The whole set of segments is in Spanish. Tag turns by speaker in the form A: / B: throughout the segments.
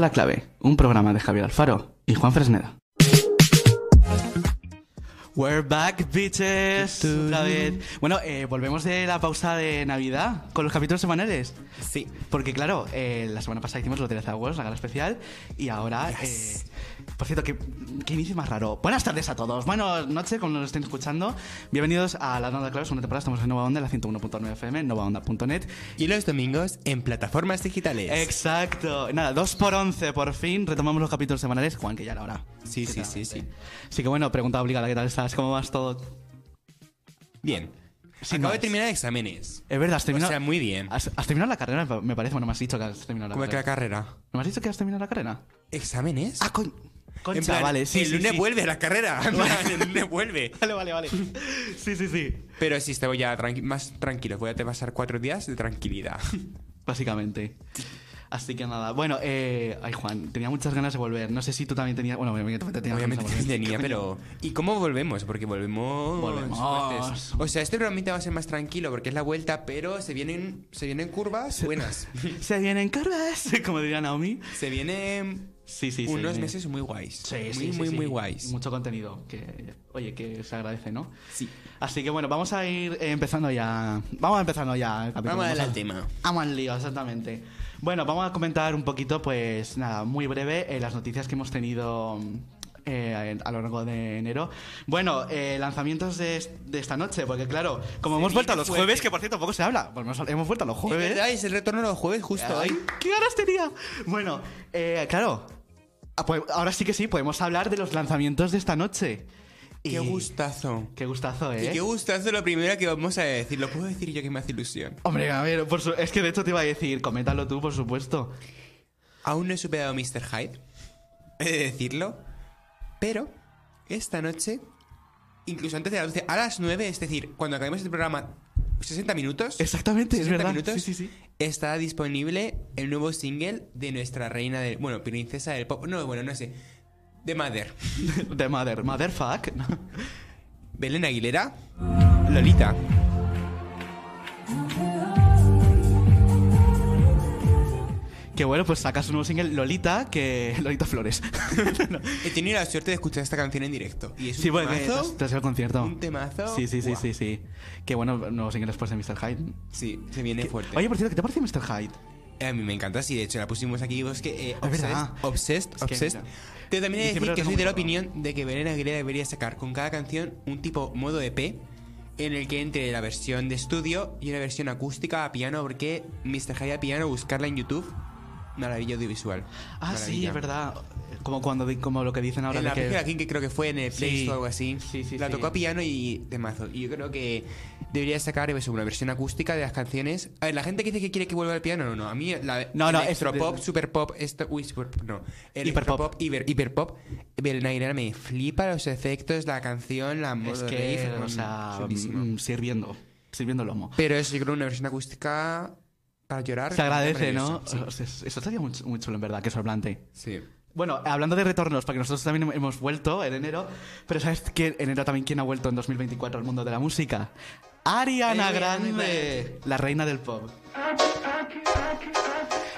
A: la clave, un programa de Javier Alfaro y Juan Fresneda. We're back, bitches. Otra vez. Bueno, eh, volvemos de la pausa de Navidad con los capítulos semanales.
B: Sí.
A: Porque, claro, eh, la semana pasada hicimos Lotería de Awards, la gala especial, y ahora. eh,
B: Yes.
A: por cierto, ¿qué, qué inicio más raro. Buenas tardes a todos. Buenas noches, como nos estén escuchando. Bienvenidos a La Nada Clave, segunda temporada. Estamos en Nova Onda, en la 101.9 FM, novaonda.net.
B: Y los domingos en plataformas digitales.
A: Exacto. Nada, 2 por 11 por fin. Retomamos los capítulos semanales. Juan, que ya era hora.
B: Sí, sí, sí, sí.
A: Así que bueno, pregunta obligada, ¿qué tal estás? ¿Cómo vas todo?
B: Bien.
A: Sin
B: Acabo
A: más.
B: de terminar exámenes.
A: Es verdad, has terminado.
B: O sea, muy bien.
A: Has, has terminado la carrera, me parece. Bueno, me has dicho que has terminado la
B: ¿Cómo que la
A: carrera.
B: carrera?
A: ¿No me has dicho que has terminado la carrera?
B: ¿Exámenes?
A: Ah, con, con
B: En plan,
A: chavales. Sí,
B: el
A: sí,
B: lunes
A: sí.
B: vuelve la carrera. En plan, el lunes vuelve.
A: Vale, vale, vale. Sí, sí, sí.
B: Pero sí, estaba ya tranqui- más tranquilo. Voy a te pasar cuatro días de tranquilidad.
A: Básicamente. Así que nada. Bueno, eh. Ay, Juan, tenía muchas ganas de volver. No sé si tú también tenías. Bueno, obviamente te tenías
B: Obviamente
A: ganas de volver.
B: tenía, pero... ¿Y cómo volvemos? Porque volvemos...
A: Volvemos.
B: fuertes. O sea, este programita va a ser más tranquilo porque es la vuelta, pero se vienen, se vienen curvas buenas.
A: Se vienen cargas, como diría Naomi.
B: se vienen
A: Sí, sí, sí.
B: unos
A: sí.
B: meses muy guays.
A: Sí,
B: muy,
A: sí, sí,
B: muy,
A: sí.
B: muy guays.
A: Mucho contenido que, oye, que se agradece, ¿no?
B: Sí.
A: Así que bueno, vamos a ir eh, empezando ya. Vamos a empezando ya el capítulo.
B: Vamos a darle al tema.
A: Vamos al lío, exactamente. Bueno, vamos a comentar un poquito, pues nada, muy breve, eh, las noticias que hemos tenido eh, a lo largo de enero. Bueno, eh, lanzamientos de, es- de esta noche, porque claro, como
B: Se
A: hemos vuelto a
B: viene
A: los
B: fuerte.
A: jueves, que por cierto poco se habla, pues hemos, hemos vuelto a los
B: Es
A: jueves.
B: verdad, Eh, es el retorno de los jueves justo
A: Ay,
B: hoy.
A: ¿Qué ganas tenía? Bueno, eh, claro. ah, pues, Ahora sí que sí, podemos hablar de los lanzamientos de esta noche. Y-
B: Qué gustazo.
A: Qué gustazo,
B: Y
A: ¿eh?
B: qué gustazo lo primero que vamos a decir. Lo puedo decir yo que me hace ilusión.
A: Hombre, a ver, por su- es que de hecho te iba a decir, coméntalo tú, por supuesto.
B: Aún no he superado a Mr. Hyde. He de decirlo. Pero esta noche, incluso antes de las 12, a las 9, es decir, cuando acabemos este programa, 60 minutos.
A: Exactamente, es
B: 60
A: verdad.
B: minutos,
A: Sí, sí, sí.
B: Está disponible el nuevo single de nuestra reina del. Bueno, princesa del pop. No, bueno, no sé. De Mother.
A: De Mother, Motherfuck.
B: Belén Aguilera. Lolita.
A: que bueno, pues sacas un nuevo single, Lolita, que. Lolita Flores.
B: He tenido la suerte de escuchar esta canción en directo. Y es un
A: sí, bueno, que
B: temazo.
A: te has ido al concierto.
B: Un temazo.
A: Sí, sí, sí,
B: Buah.
A: sí, sí. Que bueno, nuevo single después de Mr. Hyde.
B: Sí, se viene fuerte. Eh,
A: Oye, por cierto, ¿qué te parece Mr. Hyde?
B: A mí me encanta, sí, de hecho la pusimos aquí. Es que eh,
A: Es
B: obsessed,
A: Ah, verdad.
B: obsessed,
A: Es que,
B: obsessed.
A: mira,
B: Te también
A: diciembre
B: he de decir
A: lo
B: que
A: tengo
B: soy de la
A: muy claro.
B: opinión de que Belén Aguilera debería sacar con cada canción un tipo modo EP en el que entre la versión de estudio y una versión acústica a piano, porque Mr. Hyde a piano, buscarla en YouTube, maravilla audiovisual.
A: Ah, sí,
B: Maravilla.
A: es verdad. Como cuando di- como lo que dicen ahora
B: en
A: de
B: la
A: que-
B: película King, que creo que fue en el
A: Sí.
B: Play Store o algo así.
A: Sí, sí,
B: la
A: sí.
B: tocó a piano y de mazo. Y yo creo que debería sacar eso, una versión acústica de las canciones. A ver, la gente que dice que quiere que vuelva al piano, no, no. A mí la
A: No, no,
B: electropop,
A: es-
B: super pop, esto, uy, super, no.
A: Hiperpop.
B: Electropop, hiper, hiperpop. Belén Aguilera me flipa los efectos, la canción, la
A: Es
B: moda
A: que, o sea, mm, sirviendo, sirviendo lomo.
B: Pero eso yo creo una versión acústica para llorar.
A: Se agradece, ¿no?
B: Sí.
A: O sea, Eso estaría muy, muy chulo, en verdad, que se lo plantee.
B: sí.
A: Bueno, hablando de retornos, porque nosotros también hemos vuelto en enero, pero ¿sabes quién, en enero también quién ha vuelto en 2024 al mundo de la música? Ariana
B: Ariana
A: Grande,
B: Grande.
A: la reina del pop.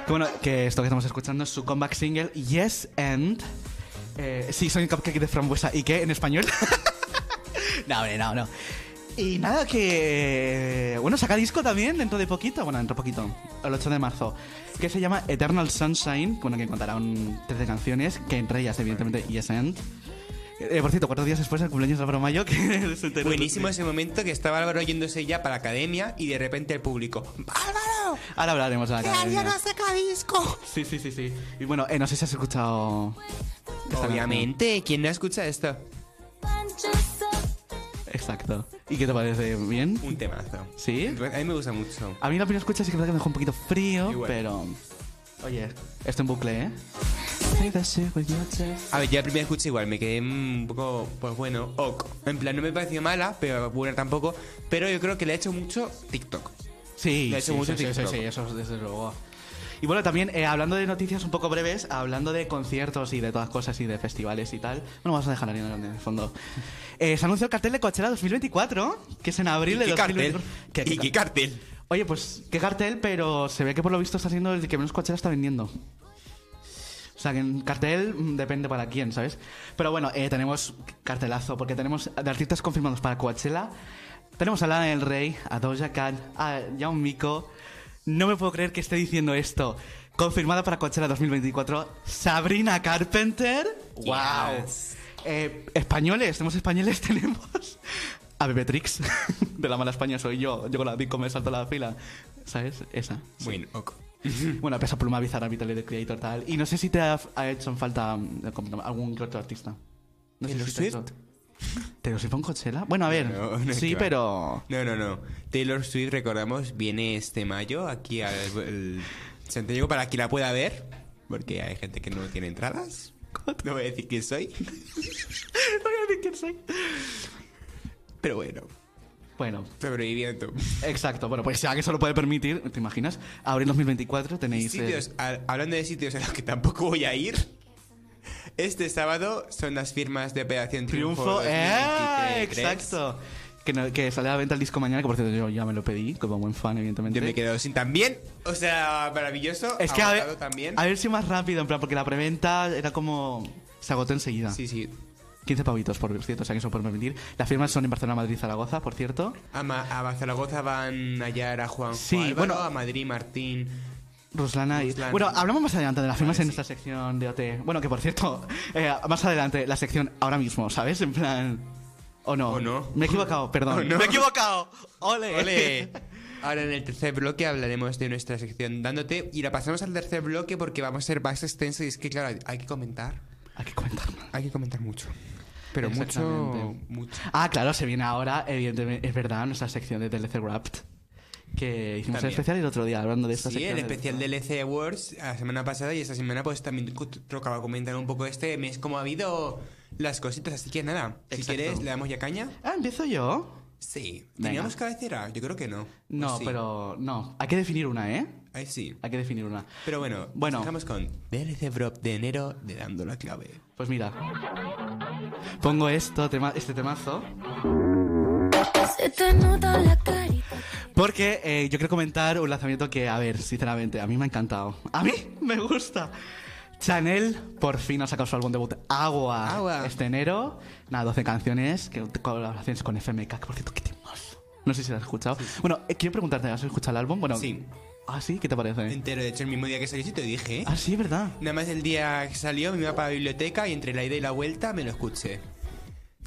A: Que bueno, que esto que estamos escuchando es su comeback single Yes and... eh, sí, soy un cupcake de frambuesa. ¿Y qué? ¿En español? no, hombre, no, no. Y nada, que... Bueno, saca disco también dentro de poquito. Bueno, dentro de poquito. El 8 de marzo. Que se llama Eternal Sunshine. Bueno, que contará un 13 canciones. Que entre ellas, evidentemente, Yes and... Eh, por cierto, cuatro días después del cumpleaños de Álvaro Mayo, que se enteró-
B: Buenísimo ese momento que estaba Álvaro yéndose ya para la academia y de repente el público. ¡Álvaro!
A: Ahora hablaremos de la
B: ¡Que
A: academia.
B: Ariana saca disco!
A: Sí, sí, sí, sí. Y bueno, eh, no sé si has escuchado... esta
B: Obviamente, ¿quién no escucha esto?
A: canción. Exacto. ¿Y qué te parece? ¿Bien?
B: Un temazo.
A: ¿Sí?
B: A mí me gusta mucho.
A: A mí la primera escucha sí que es verdad que me dejó un poquito frío,
B: Igual.
A: pero... Oye, esto en bucle, ¿eh?
B: A ver, yo la primera escucha igual me quedé mm, un poco, pues bueno, ok. En plan, no me pareció mala, pero buena tampoco. Pero yo creo que le ha hecho mucho TikTok.
A: Sí,
B: Le ha
A: sí,
B: hecho mucho
A: sí, sí, sí,
B: TikTok.
A: sí, eso desde luego. Y bueno, también eh, hablando de noticias un poco breves, hablando de conciertos y de todas cosas y de festivales y tal. Bueno, vamos a dejar a Ariana Grande en el fondo. Eh, se anunció el cartel de Coachella 2024, que es en abril de
B: ¿Y qué cartel?
A: 2024. ¿Qué- qué
B: ¿Y qué
A: car-
B: cartel?
A: Oye, pues qué cartel, pero se ve que por lo visto está siendo el que menos Coachella está vendiendo. O O sea, que en cartel mm, depende para quién, ¿sabes? Pero bueno, eh, tenemos cartelazo, porque tenemos de artistas confirmados para Coachella. Tenemos a Lana del Rey, a Doja Cat, a Young Miko. No me puedo creer que esté diciendo esto. Confirmada para Coachella 2024, Sabrina Carpenter. ¡Wow!
B: Yes.
A: Eh, españoles, tenemos españoles, tenemos a Bebetrix. De la mala España soy yo. Yo con la disco me salto la fila. ¿Sabes? Esa.
B: Bueno, ok. Mm.
A: Bueno, pesa pluma bizarra, Vital de Creator, tal. Y no sé si te ha, ha hecho falta mm, como algún que otro artista. No sé
B: ¿Taylor
A: si te ha
B: Swift?
A: hecho- ¿Taylor Swift en Coachella? Bueno, a ver.
B: No, no,
A: sí,
B: que va.
A: pero.
B: No, no, no. Taylor Swift, recordamos, viene este mayo aquí al el Santiago para que la pueda ver. Porque hay gente que no tiene entradas. No voy a decir quién soy.
A: No voy a decir quién soy.
B: Pero bueno,
A: Bueno,
B: sobreviviendo.
A: exacto. Bueno, pues ya que eso lo puede permitir, ¿te imaginas? Abril 2024
B: Y
A: tenéis. eh,
B: sitios, a- hablando de sitios a los que tampoco voy a ir. Este sábado son las firmas de Operación Triunfo.
A: Triunfo, eh,
B: 2023.
A: exacto. Que, no- que sale a la venta el disco mañana, que por cierto yo ya me lo pedí, como buen fan, evidentemente.
B: Yo me he quedado sin también. O sea, maravilloso.
A: es que a ver,
B: agotado también.
A: a ver si más rápido, en plan, porque la preventa era como. Se agotó enseguida.
B: Sí, sí.
A: 15 pavitos, por cierto, o sea que eso por permitir. Las firmas son en Barcelona, Madrid, Zaragoza, por cierto.
B: A, Ma- a Zaragoza van a hallar a Juan
A: Sí,
B: Álvaro,
A: bueno.
B: a Madrid Martín.
A: Ruslana y...
B: Ruslana.
A: Bueno, hablamos más adelante de las firmas
B: Vale,
A: en
B: sí.
A: esta sección de OT. Bueno, que por cierto, eh, más adelante, la sección ahora mismo, ¿sabes? En plan... ¿O no?
B: O no.
A: Me he equivocado, perdón.
B: O no.
A: Me he equivocado. Ole.
B: Ole. Ahora en el tercer bloque hablaremos de nuestra sección dándote y la pasamos al tercer bloque porque vamos a ser más extenso y es que claro, hay- hay que comentar,
A: Hay que contarlo.
B: hay que comentar mucho. Pero mucho,
A: Exactamente.
B: mucho.
A: Ah, claro, se viene ahora, evidentemente, es verdad, nuestra sección de TLC Wrapped. Que hicimos
B: También.
A: el especial el otro día, hablando de esta
B: Sí,
A: sección.
B: el especial del EC Awards la semana pasada y esta semana pues también co- tocaba comentar un poco este mes cómo ha habido las cositas, así que nada, si
A: Exacto.
B: quieres le damos ya caña.
A: Ah, ¿empiezo yo?
B: Sí.
A: Venga.
B: ¿Teníamos cabecera? Yo creo que no.
A: No,
B: ¿O Pues sí?
A: pero... No, hay que definir una, ¿eh?
B: Ahí sí.
A: Hay que definir una.
B: Pero bueno,
A: Bueno.
B: empezamos con DLC Brop de enero de Dando la Clave.
A: Pues mira. Pongo esto, tema- este temazo.
C: Se te nota la carita.
A: Porque eh, yo quiero comentar un lanzamiento que, a ver, sinceramente, a mí me ha encantado. A mí me gusta. Chanel por fin ha sacado su álbum debut Agua,
B: Agua.
A: este enero. Nada, 12 canciones, que, colaboraciones con FMK, que por cierto, qué temazo. No sé si lo has escuchado. Bueno, eh, quiero preguntarte, ¿has escuchado el álbum? Bueno,
B: Sí.
A: ¿Ah, sí? ¿Qué te parece?
B: Entero, de hecho, el mismo día que salió, sí te dije. ¿eh?
A: Ah, sí, ¿verdad?
B: Nada más el día que salió, me iba para la biblioteca y entre la ida y la vuelta me lo escuché.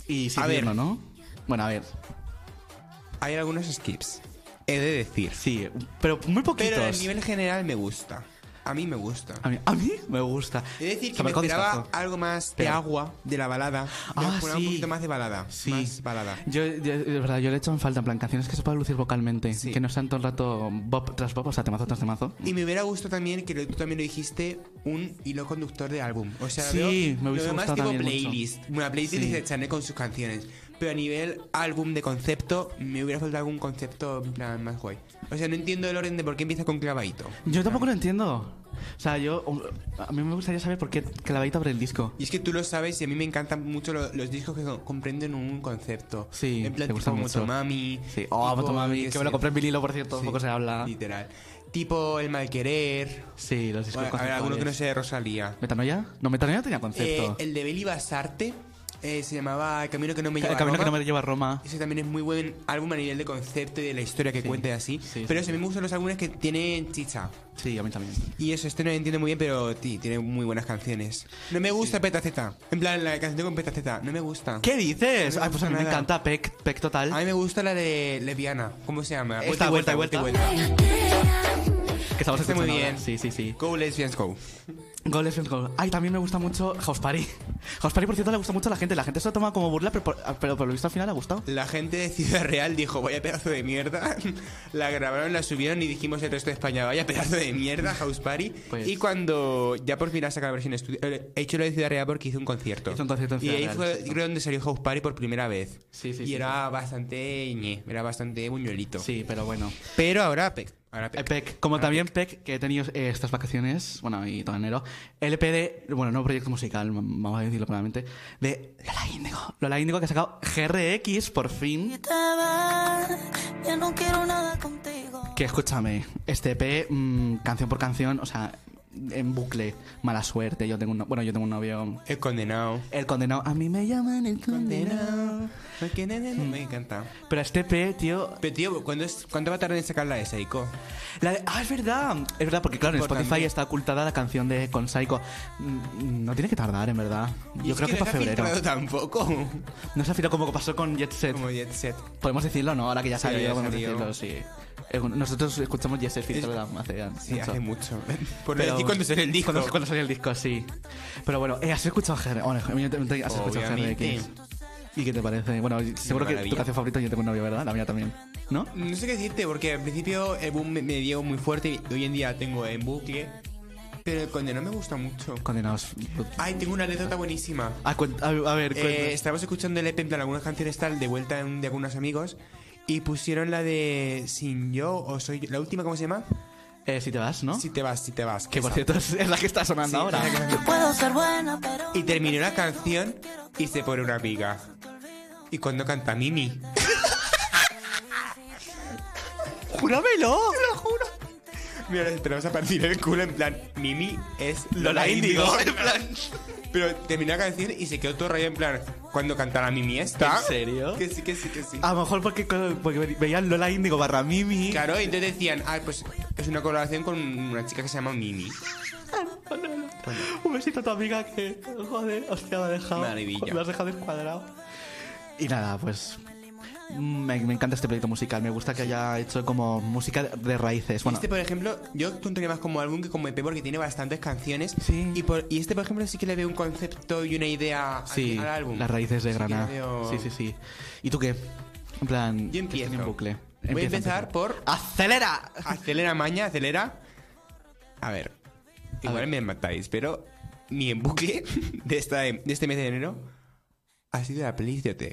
A: Y sí,
B: A ver.
A: invierno, ¿no? Bueno, a ver,
B: Hay algunos skips, he de decir.
A: sí, pero muy poquitos.
B: Pero a nivel general me gusta. A mí me gusta.
A: a, mí, a mí me gusta.
B: He de decir que
A: Saber
B: me
A: con
B: esperaba
A: disfrazo.
B: algo más de
A: Pero-
B: agua, de la balada. Me
A: Ah,
B: esperaba un
A: sí.
B: poquito más de balada.
A: Sí.
B: Más balada.
A: Yo, yo- de verdad, yo le he hecho en falta, en plan, canciones que se puedan lucir vocalmente,
B: Sí.
A: que no sean todo el rato bop tras bop, o sea, temazo tras temazo.
B: Y me hubiera gustado también, que tú también lo dijiste, un hilo conductor de álbum. O sea,
A: Sí,
B: veo-
A: me hubiese
B: lo veo
A: gustado
B: más tipo
A: también mucho.
B: playlist. Una playlist
A: Sí.
B: de Chanel con sus canciones. Pero a nivel álbum de concepto, me hubiera faltado algún concepto en plan más guay. O sea, no entiendo el orden de por qué empieza con clavadito.
A: Yo tampoco lo entiendo. O sea, yo. um, A mí me gustaría saber por qué Clavadito abre el disco.
B: Y es que tú lo sabes y a mí me encantan mucho lo- los discos que co- comprenden un concepto.
A: Sí,
B: en plan
A: te
B: tipo
A: gustan mucho.
B: Motomami.
A: Sí, oh,
B: tipo,
A: Motomami,
B: yo
A: que
B: sé,
A: me lo compré en vinilo, por cierto,
B: sí,
A: poco se habla.
B: Literal. Tipo El Mal Querer.
A: Sí, los discos
B: Bueno, a ver, alguno que no
A: conceptuales.
B: sea de Rosalía.
A: ¿Metanoia? No, Metanoia tenía concepto.
B: Eh, el de Beli Basarte eh, se llamaba El Camino que no me
A: Ca-
B: lleva
A: el camino
B: a Roma.
A: que no me lleva a Roma.
B: Ese también es muy buen álbum a nivel de concepto y de la historia que cuenta y así.
A: sí,
B: pero
A: sí,
B: se me gustan los álbumes que tienen chicha.
A: Sí, a mí también.
B: Y eso, este no lo entiendo muy bien, pero ti, tiene muy buenas canciones. No me gusta Petaceta. En plan, la canción con Petaceta. No me gusta.
A: ¿Qué dices?
B: No me
A: Ay, pues a mí me
B: gusta nada.
A: encanta Peck, Peck total.
B: A mí me gusta la de Leviana. ¿Cómo se llama?
A: Esta, vuelta y que estamos
B: está este muy
A: escuchando ahora.
B: bien.
A: Sí, sí, sí.
B: Go Lesbians Go.
A: Go Lesbian Go. Ay, también me gusta mucho House Party. House Party, por cierto, le gusta mucho a la gente. La gente se lo toma como burla, pero por, pero por lo visto al final le ha gustado.
B: La gente de Ciudad Real dijo, vaya pedazo de mierda. La grabaron, la subieron y dijimos el resto de España, vaya pedazo de mierda, House Party.
A: Pues-
B: Y cuando ya por fin la saca la versión estudio, eh, he hecho lo de Ciudad Real porque hice un concierto.
A: Hizo un concierto en Ciudad
B: Y ahí
A: Real,
B: fue
A: exacto.
B: creo, donde salió House Party por primera vez.
A: Sí, sí,
B: y
A: sí,
B: era bastante ñe, era bastante buñuelito.
A: Sí, pero bueno.
B: Pero ahora Peck. Ahora
A: Eh,
B: Peck.
A: Peck, como también Peck, que he tenido eh, estas vacaciones, bueno, y todo enero, LP de, bueno, no proyecto musical, m- vamos a decirlo claramente, de Lola Índigo. Lola Índigo que ha sacado GRX, por fin.
C: Te vas, ya no quiero nada contigo.
A: E Que escúchame, este EP, mm, canción por canción, o sea, en bucle. Mala suerte, yo tengo un, no- bueno, yo tengo un novio...
B: El condenado.
A: El condenado. A mí me llaman el condenado.
B: Porque na, na, na, Me encanta.
A: Pero este P, tío...
B: Pero tío, ¿cuándo es- ¿cuánto va a tardar en sacar la de Seiko?
A: la de- ah, es verdad. Es verdad, porque claro, en
B: Importante.
A: Spotify está ocultada la canción de Con Psycho. Mm, No tiene que tardar, en verdad.
B: Y
A: Yo
B: es
A: creo que,
B: no
A: para
B: se ha
A: febrero.
B: filtrado tampoco.
A: No se ha filtrado como pasó con Jet Set.
B: Como Jet Set.
A: Podemos decirlo, ¿no? Ahora que ya
B: Sí,
A: salió,
B: ya
A: podemos
B: salió.
A: decirlo, sí. Eh, Nosotros escuchamos Yes Set Filtro hace,
B: Sí, hace mucho. Por
A: Pero-
B: decir cuando sale el disco.
A: Cuando, cuando salió el disco, sí. Pero bueno, eh, ¿has escuchado Harry? Bueno, evidentemente has escuchado
B: Obviamente.
A: GRX. ¿Y qué te parece? Bueno, seguro que tu
B: maravilla.
A: canción favorita yo tengo un novio, ¿verdad? La mía también. ¿No?
B: No sé qué decirte, porque al principio el boom me, me dio muy fuerte y hoy en día tengo en bucle. Pero el condenado me gusta mucho.
A: Condenados.
B: Ay, tengo una anécdota buenísima.
A: Ah, cuen- a, a ver,
B: Eh,
A: cuéntame.
B: estábamos escuchando el EP, en plan, algunas canciones tal, de vuelta en- de algunos amigos. Y pusieron la de Sin Yo o Soy Yo. La última, ¿cómo se llama?
A: Eh, si te vas, ¿no?
B: Si te vas, si te vas.
A: que por
B: esa.
A: cierto es es la que está sonando
B: Sí,
A: ahora.
B: la que-
C: Yo puedo ser buena, pero.
B: Y terminó la canción y se pone una amiga. Y cuando canta Mimi.
A: ¡Júramelo! lo juro!
B: Mira, nos tenemos a partir el culo en plan, Mimi es
A: Lola
B: Lola Índigo.
A: Índigo,
B: En plan, pero terminó la canción y se quedó todo rayo en plan, cuando cantará Mimi esta?
A: ¿En serio?
B: Que sí, que sí, que sí.
A: A lo mejor porque, porque ve- veían Lola Índigo barra Mimi.
B: Claro, y entonces decían, ah, pues es una colaboración con una chica que se llama Mimi.
A: Un besito a tu amiga que, joder, hostia, la has dejado.
B: Maravilla.
A: La has dejado descuadrado. Y nada, pues. mm, Me, me encanta este proyecto musical. Me gusta que haya hecho como música de raíces. Bueno,
B: Este, por ejemplo, yo contaría más como álbum que como EP porque tiene bastantes canciones.
A: Sí.
B: Y, por- y este, por ejemplo, sí que le veo un concepto y una idea al-
A: sí,
B: al, álbum.
A: las raíces de
B: Sí que le
A: Granada.
B: veo-
A: Sí, sí, sí. ¿Y tú qué? En plan,
B: Yo
A: que estoy
B: empiezo.
A: Este En bucle.
B: Voy a empezar por-
A: ¡Acelera!
B: Acelera, maña, acelera. A ver, igual
A: ver.
B: me matáis, pero mi embuque de, esta, de este mes de enero ha sido la playlist de OT.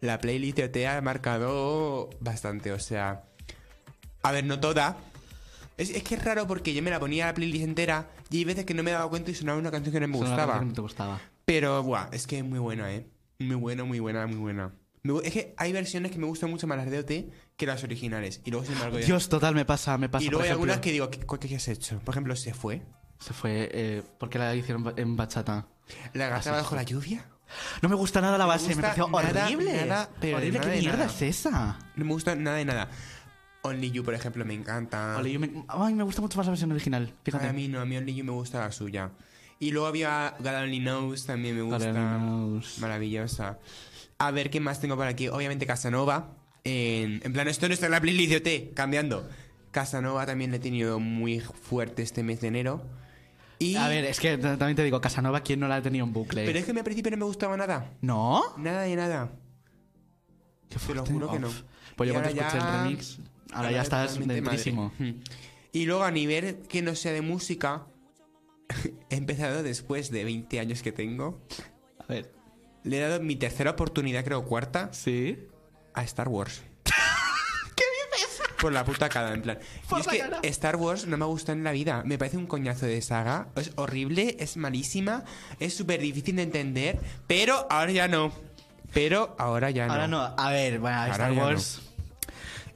B: La playlist de OT ha marcado bastante, o sea. A ver, no toda. Es, es que es raro porque yo me la ponía la playlist entera y hay veces que no me he dado cuenta y sonaba una canción que no me
A: Solo la
B: gustaba.
A: canción que te gustaba.
B: Pero, buah, es que es muy buena, ¿eh? Muy buena, muy buena, muy buena. Me gu- Es que hay versiones que me gustan mucho más las de OT que las originales. Y luego, sin embargo, ya-
A: Dios, total, me pasa, me pasa.
B: Pues y
A: por
B: luego hay
A: ejemplo,
B: algunas que digo, ¿qué, qué- qué has hecho? Por ejemplo, ¿se fue?
A: Se fue. Eh, ¿Por qué la hicieron en bachata? Ah,
B: ¿La gastaba bajo la lluvia?
A: No me gusta nada la
B: No me
A: base, me,
B: gusta
A: pareció
B: nada,
A: horrible.
B: nada, pero
A: horrible,
B: nada
A: ¿qué
B: de
A: mierda
B: nada.
A: es esa?
B: No me gusta nada de nada. Only You, por ejemplo, me encanta.
A: Ole, yo me, ay, me gusta mucho más la versión original, fíjate.
B: Ah. a mí no, a mí Only You me gusta la suya. Y luego había God Only Knows, también me
A: God
B: gusta.
A: Only Knows.
B: Maravillosa. A ver, ¿qué más tengo por aquí? Obviamente Casanova. En, en plan, esto no está en la playlist de OT, cambiando. Casanova también le he tenido muy fuerte este mes de enero. Y,
A: A ver, eh. es que t- también te digo, Casanova, ¿quién no la ha tenido en bucle?
B: pero es que a mí al principio no me gustaba nada.
A: ¿No?
B: Nada de nada.
A: Qué
B: Te lo
A: fuerte.
B: juro que no.
A: Uf. Pues yo
B: Y
A: cuando
B: ahora
A: escuché
B: ya-
A: el remix, ahora, ya
B: es
A: estás
B: totalmente
A: dentrísimo.
B: madre. Mm. Y luego a nivel que no sea de música, he empezado después de 20 años que tengo.
A: Hmm. A ver.
B: Le he dado mi tercera oportunidad, creo cuarta,
A: ¿Sí?
B: a Star Wars. ¿Qué dices? Por la puta cara, en plan. Y
A: Por
B: es
A: la
B: que
A: cara.
B: Star Wars no me gusta en la vida. Me parece un coñazo de saga. Es horrible, es malísima, es súper difícil de entender. Pero ahora ya no. Pero ahora ya
A: Ahora no, a ver, bueno, Star
B: Ah, ya no.
A: Wars.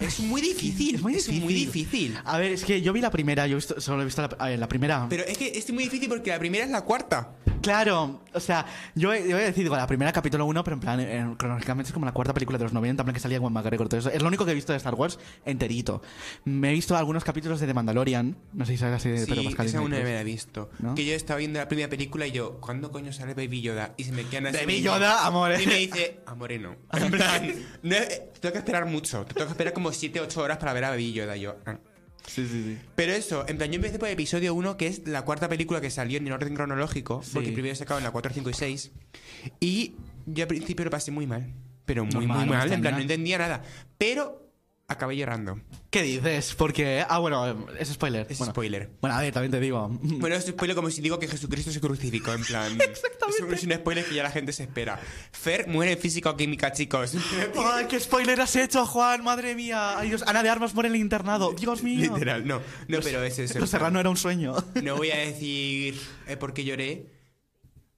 B: Es muy difícil, es muy difícil.
A: A ver, es que yo vi la primera, yo he visto- solo he visto la, a ver, la primera.
B: Pero es que es muy difícil porque la primera es la cuarta.
A: Claro, o sea, yo, he- yo voy a decir, digo, la primera capítulo 1, pero en plan, eh, cronológicamente es como la cuarta película de los 90, en plan que salía Juan McGregor, todo eso. Es lo único que he visto de Star Wars enterito. Me he visto algunos capítulos de The Mandalorian, no sé si sabes así de Pedro
B: Sí,
A: Pascal.
B: esa aún no
A: Disney Plus.
B: me la he visto.
A: ¿No?
B: Que yo estaba viendo la primera película y yo, ¿cuándo coño sale Baby Yoda? Y se me queda así-
A: Baby Yoda, eh. amore.
B: Y me dice, amore no. En plan, no, eh, tengo que esperar mucho. Tengo que esperar como 7, 8 horas para ver a Baby Yoda. Yo, ah.
A: Sí, sí, sí.
B: Pero eso, en plan, yo empecé por el episodio 1, que es la cuarta película que salió en el orden cronológico,
A: Sí.
B: porque primero sacaban la 4, 5 y 6. Y yo al principio lo pasé muy mal. Pero muy,
A: Normal,
B: muy
A: no
B: mal.
A: está
B: En plan,
A: nada.
B: no entendía nada. Pero acabé llorando.
A: ¿Qué dices? Porque. Ah, bueno, es spoiler.
B: Es
A: bueno,
B: spoiler.
A: Bueno, a ver, también te digo.
B: Bueno, es un spoiler como si digo que Jesucristo se crucificó, en plan. Exactamente. Es un spoiler que ya la gente se espera. Fer muere en física o química, chicos.
A: ¡Ay, qué spoiler has hecho, Juan! ¡Madre mía! ¡Ay, Dios! Ana de Armas muere en el internado. ¡Dios mío!
B: Literal, no. No, pero es eso.
A: Lo serrano era un sueño.
B: No voy a decir eh, por qué lloré.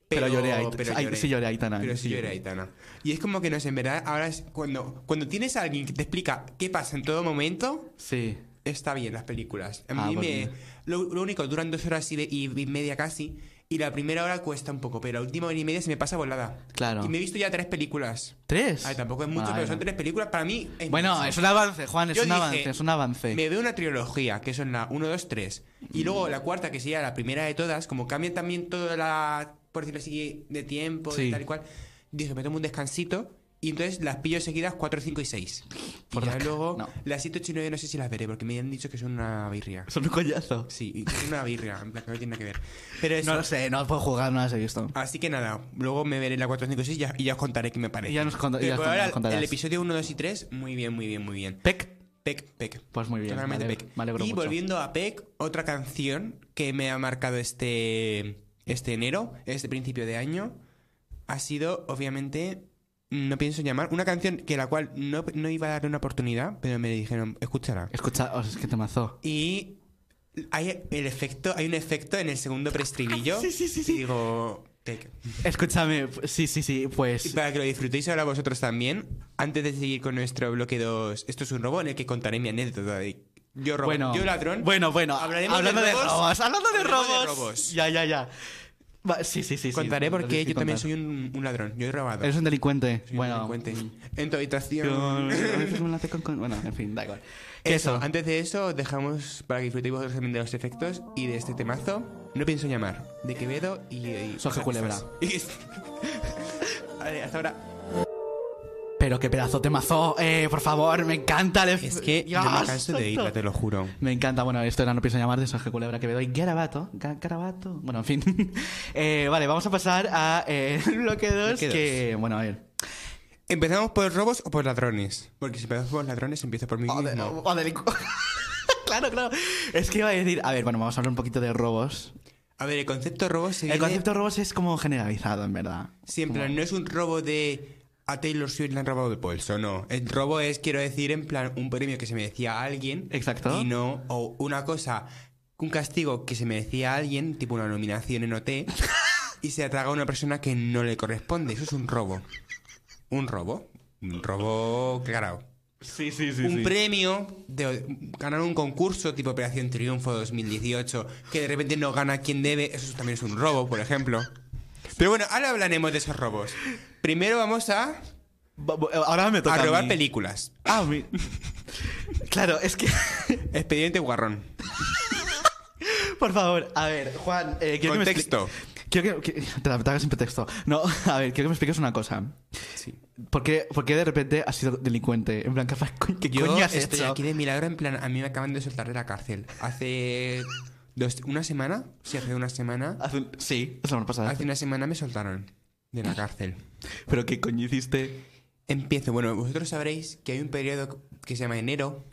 A: Pero lloré, Ait-
B: pero
A: Ay, sí lloré, Aitana.
B: Pero sí
A: Sí
B: lloré,
A: lloré.
B: Aitana. Y es como que no sé, en verdad, ahora es cuando, cuando tienes a alguien que te explica qué pasa en todo momento,
A: Sí.
B: está bien las películas. A
A: Ah,
B: mí
A: pues
B: me-
A: bien.
B: Lo, lo único, duran dos horas y, ve- y y media casi. Y la primera hora cuesta un poco, pero la última hora y media se me pasa volada.
A: Claro.
B: Y me he visto ya tres películas.
A: ¿Tres?
B: Ay, tampoco es mucho,
A: Bueno,
B: pero
A: bueno.
B: son tres películas. Para mí. es
A: Bueno,
B: mucho.
A: es un avance, Juan, es
B: Yo
A: un
B: dije,
A: avance, es un avance.
B: Me veo una trilogía, que son la 1, 2, 3. Y luego la cuarta, que sería la primera de todas, como cambia también toda la, por decirlo así, de tiempo
A: Sí.
B: y tal y cual, dije, me tomo un descansito y entonces las pillo seguidas 4, 5 y 6.
A: Por
B: y ya
A: la ca-
B: luego
A: no.
B: las 7, 8 y 9 no sé si las veré, porque me han dicho que son una birria.
A: Son un collazo.
B: Sí, y que son una birria, en plan que no tiene nada que ver. Pero eso.
A: No lo sé, no puedo jugar, no las he visto.
B: Así que nada, luego me veré la 4, 5 y 6 y ya, y ya os contaré qué me parece.
A: Y ya nos cont-
B: Pero
A: ya
B: por
A: nos
B: ahora,
A: contarás.
B: el episodio 1, 2 y 3, muy bien, muy bien, muy bien.
A: Peck.
B: Peck, Peck.
A: Pues muy bien,
B: Totalmente
A: me alegro-
B: Peck.
A: me alegro
B: y
A: mucho.
B: volviendo a Peck, otra canción que me ha marcado este, este enero, este principio de año, ha sido, obviamente, mm, no pienso llamar, una canción que la cual no, no iba a darle una oportunidad, pero me dijeron, escúchala.
A: Escucha, oh, es que te mazó.
B: Y hay, el efecto, hay un efecto en el segundo preestribillo.
A: Sí, sí, sí, sí.
B: Y digo, Peck.
A: Escúchame, sí, sí, sí,
B: Y
A: pues.
B: para que lo disfrutéis ahora vosotros también, antes de seguir con nuestro bloque 2, esto es un robo en el que contaré mi anécdota de yo robo,
A: Bueno,
B: yo ladrón.
A: Bueno, bueno,
B: Hablaremos
A: hablando
B: de
A: de
B: robos.
A: robos, hablando de
B: Hablemos de
A: robos.
B: robos.
A: Ya, ya, ya. Va, sí, sí, sí. sí,
B: Contaré
A: lo
B: porque
A: tienes que
B: yo también
A: contar.
B: soy un, un ladrón, yo he robado.
A: Eres un delincuente.
B: Soy un
A: bueno. mm.
B: delincuente. En tu
A: Yo-
B: habitación.
A: yo me la hace con- con- Bueno, en fin, da igual. Que
B: Eso,
A: Eso.
B: antes de eso, os dejamos para que disfrutéis vosotros también de los efectos y de este temazo. No pienso llamar, de Quevedo y. y
A: Soja Culebra.
B: vale, hasta ahora.
A: Pero qué pedazo te mazó, eh, por favor, me encanta. el ef-
B: Es que yo me
A: Dios
B: canso de
A: santo.
B: irla, te lo juro.
A: Me encanta, bueno, esto era No pienso llamar de Sergio Culebra Quevedo y Garabato, Ga- Garabato, bueno, en fin. Eh, vale, vamos a pasar a eh, el bloque 2,
B: Bloque dos.
A: que, bueno, a ver.
B: ¿Empezamos por robos o por ladrones? Porque si empezamos por ladrones, empiezo por mí
A: O de-
B: mismo.
A: o delincu- claro, claro. Es que iba a decir, a ver, bueno, vamos a hablar un poquito de robos.
B: A ver, el concepto de robos se
A: El
B: viene-
A: concepto de robos es como generalizado, en verdad.
B: Sí, en plan, no es un robo de a Taylor Swift le han robado el pulso, no. El robo es, quiero decir, en plan, un premio que se merecía a alguien.
A: Exacto.
B: Y no, o una cosa, un castigo que se merecía a alguien, tipo una nominación en OT, y se atraga a una persona que no le corresponde. Eso es un robo. Un robo. Un robo, claro.
A: Sí, sí, sí.
B: un premio, de, ganar un concurso tipo Operación Triunfo 2018, que de repente no gana quien debe, eso también es un robo, por ejemplo. Pero bueno, ahora hablaremos de esos robos. Primero vamos a,
A: eh, Ahora me toca.
B: a
A: a
B: robar
A: mí.
B: películas.
A: Ah, mi- claro, es que.
B: Expediente Guarrón.
A: Por favor, a ver, Juan, eh, quiero
B: Contexto.
A: que me expli- Quiero que, que- te la te hagas sin pretexto. No, a ver, quiero que me expliques una cosa.
B: Sí.
A: ¿Por qué, por qué de repente has sido delincuente? En plan, ¿qué, qué
B: Yo
A: coño has
B: estoy
A: hecho?
B: aquí de milagro, en plan, a mí me acaban de soltar de la cárcel. Hace dos- una semana, sí, hace una semana,
A: Hace un- Sí, la semana pasada.
B: hace una semana me soltaron de la cárcel.
A: Pero qué coño hiciste.
B: Empiezo. Bueno, vosotros sabréis que hay un periodo que se llama enero,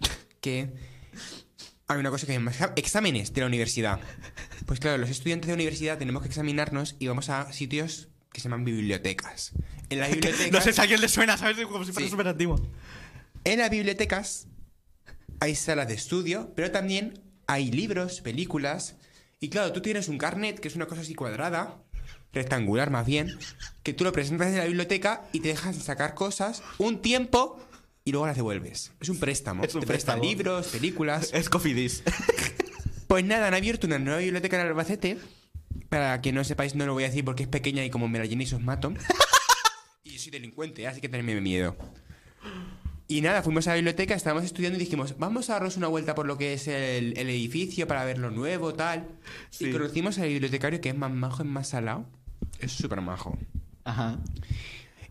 B: que hay una cosa que se llama exa- exámenes de la universidad. Pues claro, los estudiantes de universidad tenemos que examinarnos y vamos a sitios que se llaman bibliotecas. En las bibliotecas,
A: No sé si a alguien le suena, ¿sabes? Como si fuera
B: Sí.
A: súper antiguo.
B: en las bibliotecas hay salas de estudio, pero también hay libros, películas. Y claro, tú tienes un carnet, que es una cosa así cuadrada, rectangular más bien, que tú lo presentas en la biblioteca y te dejan sacar cosas un tiempo y luego las devuelves. Es un préstamo.
A: Es un
B: te prestan
A: préstamo.
B: libros, películas.
A: Es Cofidis.
B: Pues nada, han abierto una nueva biblioteca en Albacete. Para que no sepáis, no lo voy a decir porque es pequeña y como me la llenéis os mato. y yo soy delincuente, así que tenedme miedo. Y nada, fuimos a la biblioteca, estábamos estudiando y dijimos, vamos a darnos una vuelta por lo que es el, el edificio para ver lo nuevo, tal.
A: Sí.
B: Y conocimos al bibliotecario que es más majo, es más salado. Es súper majo.
A: Ajá.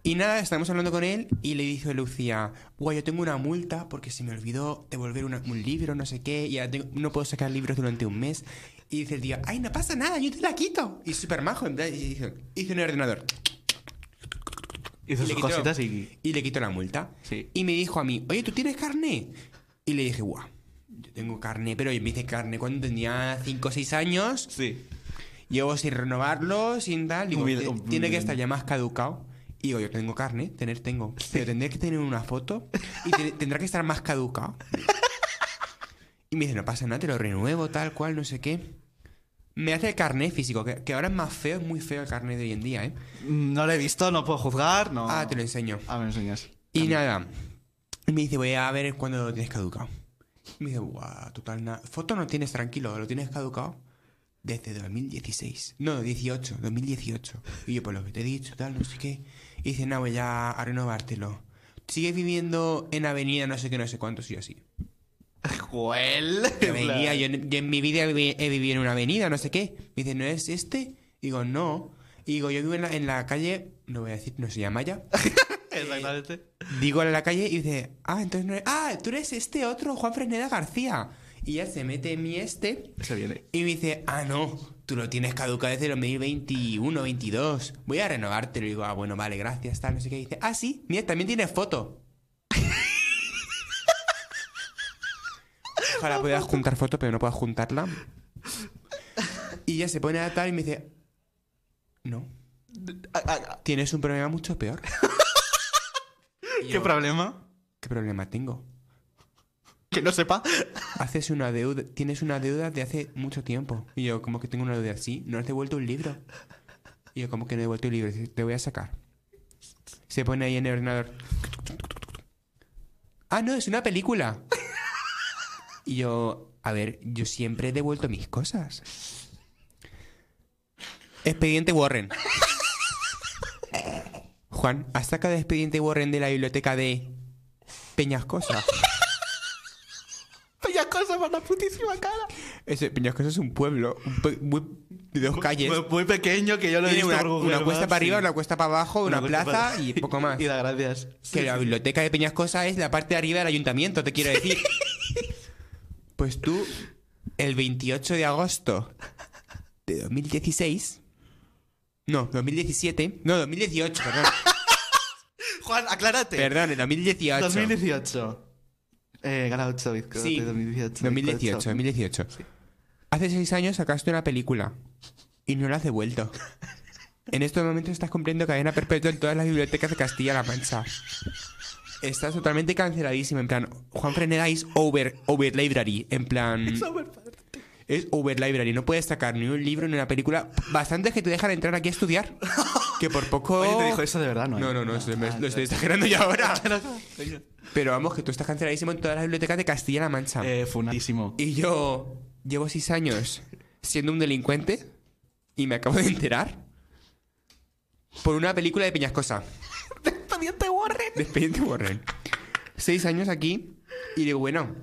B: Y nada, estábamos hablando con él y le dice Lucía, guay, yo tengo una multa porque se me olvidó devolver una- un libro, no sé qué, y ahora tengo- no puedo sacar libros durante un mes. Y dice el tío, ay, no pasa nada, yo te la quito. Y súper majo, en plan, y dice, hice un ordenador
A: Hizo
B: Y le
A: sus
B: quitó-
A: cositas y.
B: y le quitó la multa.
A: Sí.
B: Y me dijo a mí, oye, ¿tú tienes carne? Y le dije, guau, yo tengo carne, pero yo me hice carne cuando tenía 5 o 6 años.
A: Sí.
B: Llevo sin renovarlo, sin tal. Digo,
A: Humilde-
B: "Ti-
A: humilde.
B: tiene que estar ya más caducado. Y digo, yo tengo carne, tener tengo. Pero tendré que tener una foto y te- tendrá que estar más caducado. Y me dice, no pasa nada, te lo renuevo, tal cual, no sé qué. Me hace el carné físico, que, que ahora es más feo, es muy feo el carné de hoy en día, ¿eh?
A: Mm, No lo he visto, no puedo juzgar, no.
B: Ah, te lo enseño.
A: Ah, me lo enseñas.
B: Y nada, me dice, voy a ver cuándo lo tienes caducado. Me dice, guau, total nada. Foto no tienes tranquilo, lo tienes caducado desde 2016. No, 18, 2018. Y yo, pues lo que te he dicho, tal, no sé qué. Y dice, no, voy ya a renovártelo. Sigues viviendo en avenida no sé qué, no sé cuántos, y yo así.
A: Joel.
B: Que venía, yo, en- yo en mi vida vi- he vivido en una avenida, no sé qué. Me dice, ¿no es este? Digo, no. Y digo, yo vivo en la, en la calle, no voy a decir, no se llama ya.
A: Exactamente.
B: Digo en la calle y dice, ah, entonces no eres, ah, tú eres este otro, Juan Fresneda García. Y ya se mete en mi este
A: Se viene.
B: y me dice, ah, no, tú lo tienes caducado desde el 2021, 22. Voy a renovártelo. Y digo, ah, bueno, vale, gracias, tal, no sé qué. Y dice, ah, sí, mira, también tienes foto. Ojalá pudiera juntar foto, pero no puedo juntarla. Y ya se pone a tal y me dice, no,
A: Ah, ah, ah,
B: tienes un problema mucho peor. Y
A: ¿Qué
B: yo,
A: problema?
B: ¿Qué problema tengo?
A: Que no sepa.
B: Haces una deuda, tienes una deuda de hace mucho tiempo. Y yo, como que tengo una deuda así, no has devuelto un libro. Y yo, como que no he devuelto un libro, Dice, te voy a sacar. Se pone ahí en el ordenador. Ah, no, es una película. Y yo, a ver, yo siempre he devuelto mis cosas. Expediente Warren. Juan, has sacado el expediente Warren de la biblioteca de Peñascosa.
A: Vaya cosa para la putísima cara.
B: Ese Peñascosa es un pueblo un pe- muy- de dos calles.
A: Muy, muy pequeño que yo lo he
B: Tiene
A: visto
B: una,
A: por Google
B: una cuesta
A: Maps,
B: para arriba,
A: sí.
B: una cuesta para abajo, una,
A: cuesta
B: plaza
A: para-
B: y poco más.
A: y da gracias.
B: que la biblioteca de Peñascosa es la parte de arriba del ayuntamiento, te quiero decir. pues tú, el 28 de agosto de 2016... No, 2017... No, 2018, perdón.
A: Juan, aclárate.
B: perdón, el 2018.
A: 2018. Eh, gana 8 bizcochos.
B: Sí,
A: 2018.
B: 2018, 2018. Hace seis años sacaste una película y no la has devuelto. En estos momentos estás cumpliendo cadena perpetua en todas las bibliotecas de Castilla-La Mancha. Estás totalmente canceladísima, en plan, Juan Freneda is over, over library, en plan... Es over library, no puedes sacar ni un libro ni una película. Bastantes que te dejan entrar aquí a estudiar. Que por poco...
A: Oye, te dijo eso de verdad, ¿no?
B: No, no, no, se me-
A: Ah,
B: lo estoy exagerando ya ahora.
A: Coño.
B: Pero vamos, que tú estás canceladísimo en todas las bibliotecas de Castilla-La Mancha.
A: Eh, funadísimo.
B: Ah. Y yo llevo seis años siendo un delincuente y me acabo de enterar por una película de Peñascosa.
A: Expediente Warren.
B: De Expediente Warren. Seis años aquí y digo, bueno,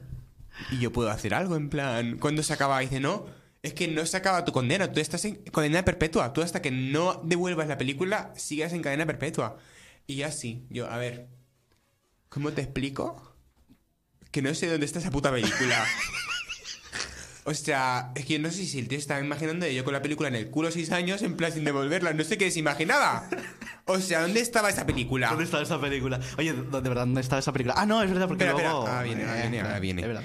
B: y yo puedo hacer algo en plan. Cuando se acaba, dice, no, es que no se acaba tu condena, tú estás en condena perpetua. Tú hasta que no devuelvas la película, sigas en cadena perpetua. Y yo así, yo, a ver, ¿cómo te explico? Que no sé dónde está esa puta película. O sea, es que no sé si el tío estaba imaginando yo con la película en el culo seis años, en plan sin devolverla, no sé qué se imaginaba. O sea, ¿dónde estaba esa película?
A: ¿Dónde está esa película? Oye, ¿dó- de verdad, ¿dónde está esa película? Ah, no, es verdad, porque
B: Espera, espera.
A: luego... Eh,
B: Ah, viene, ahora viene, ahora viene.
A: Es verdad.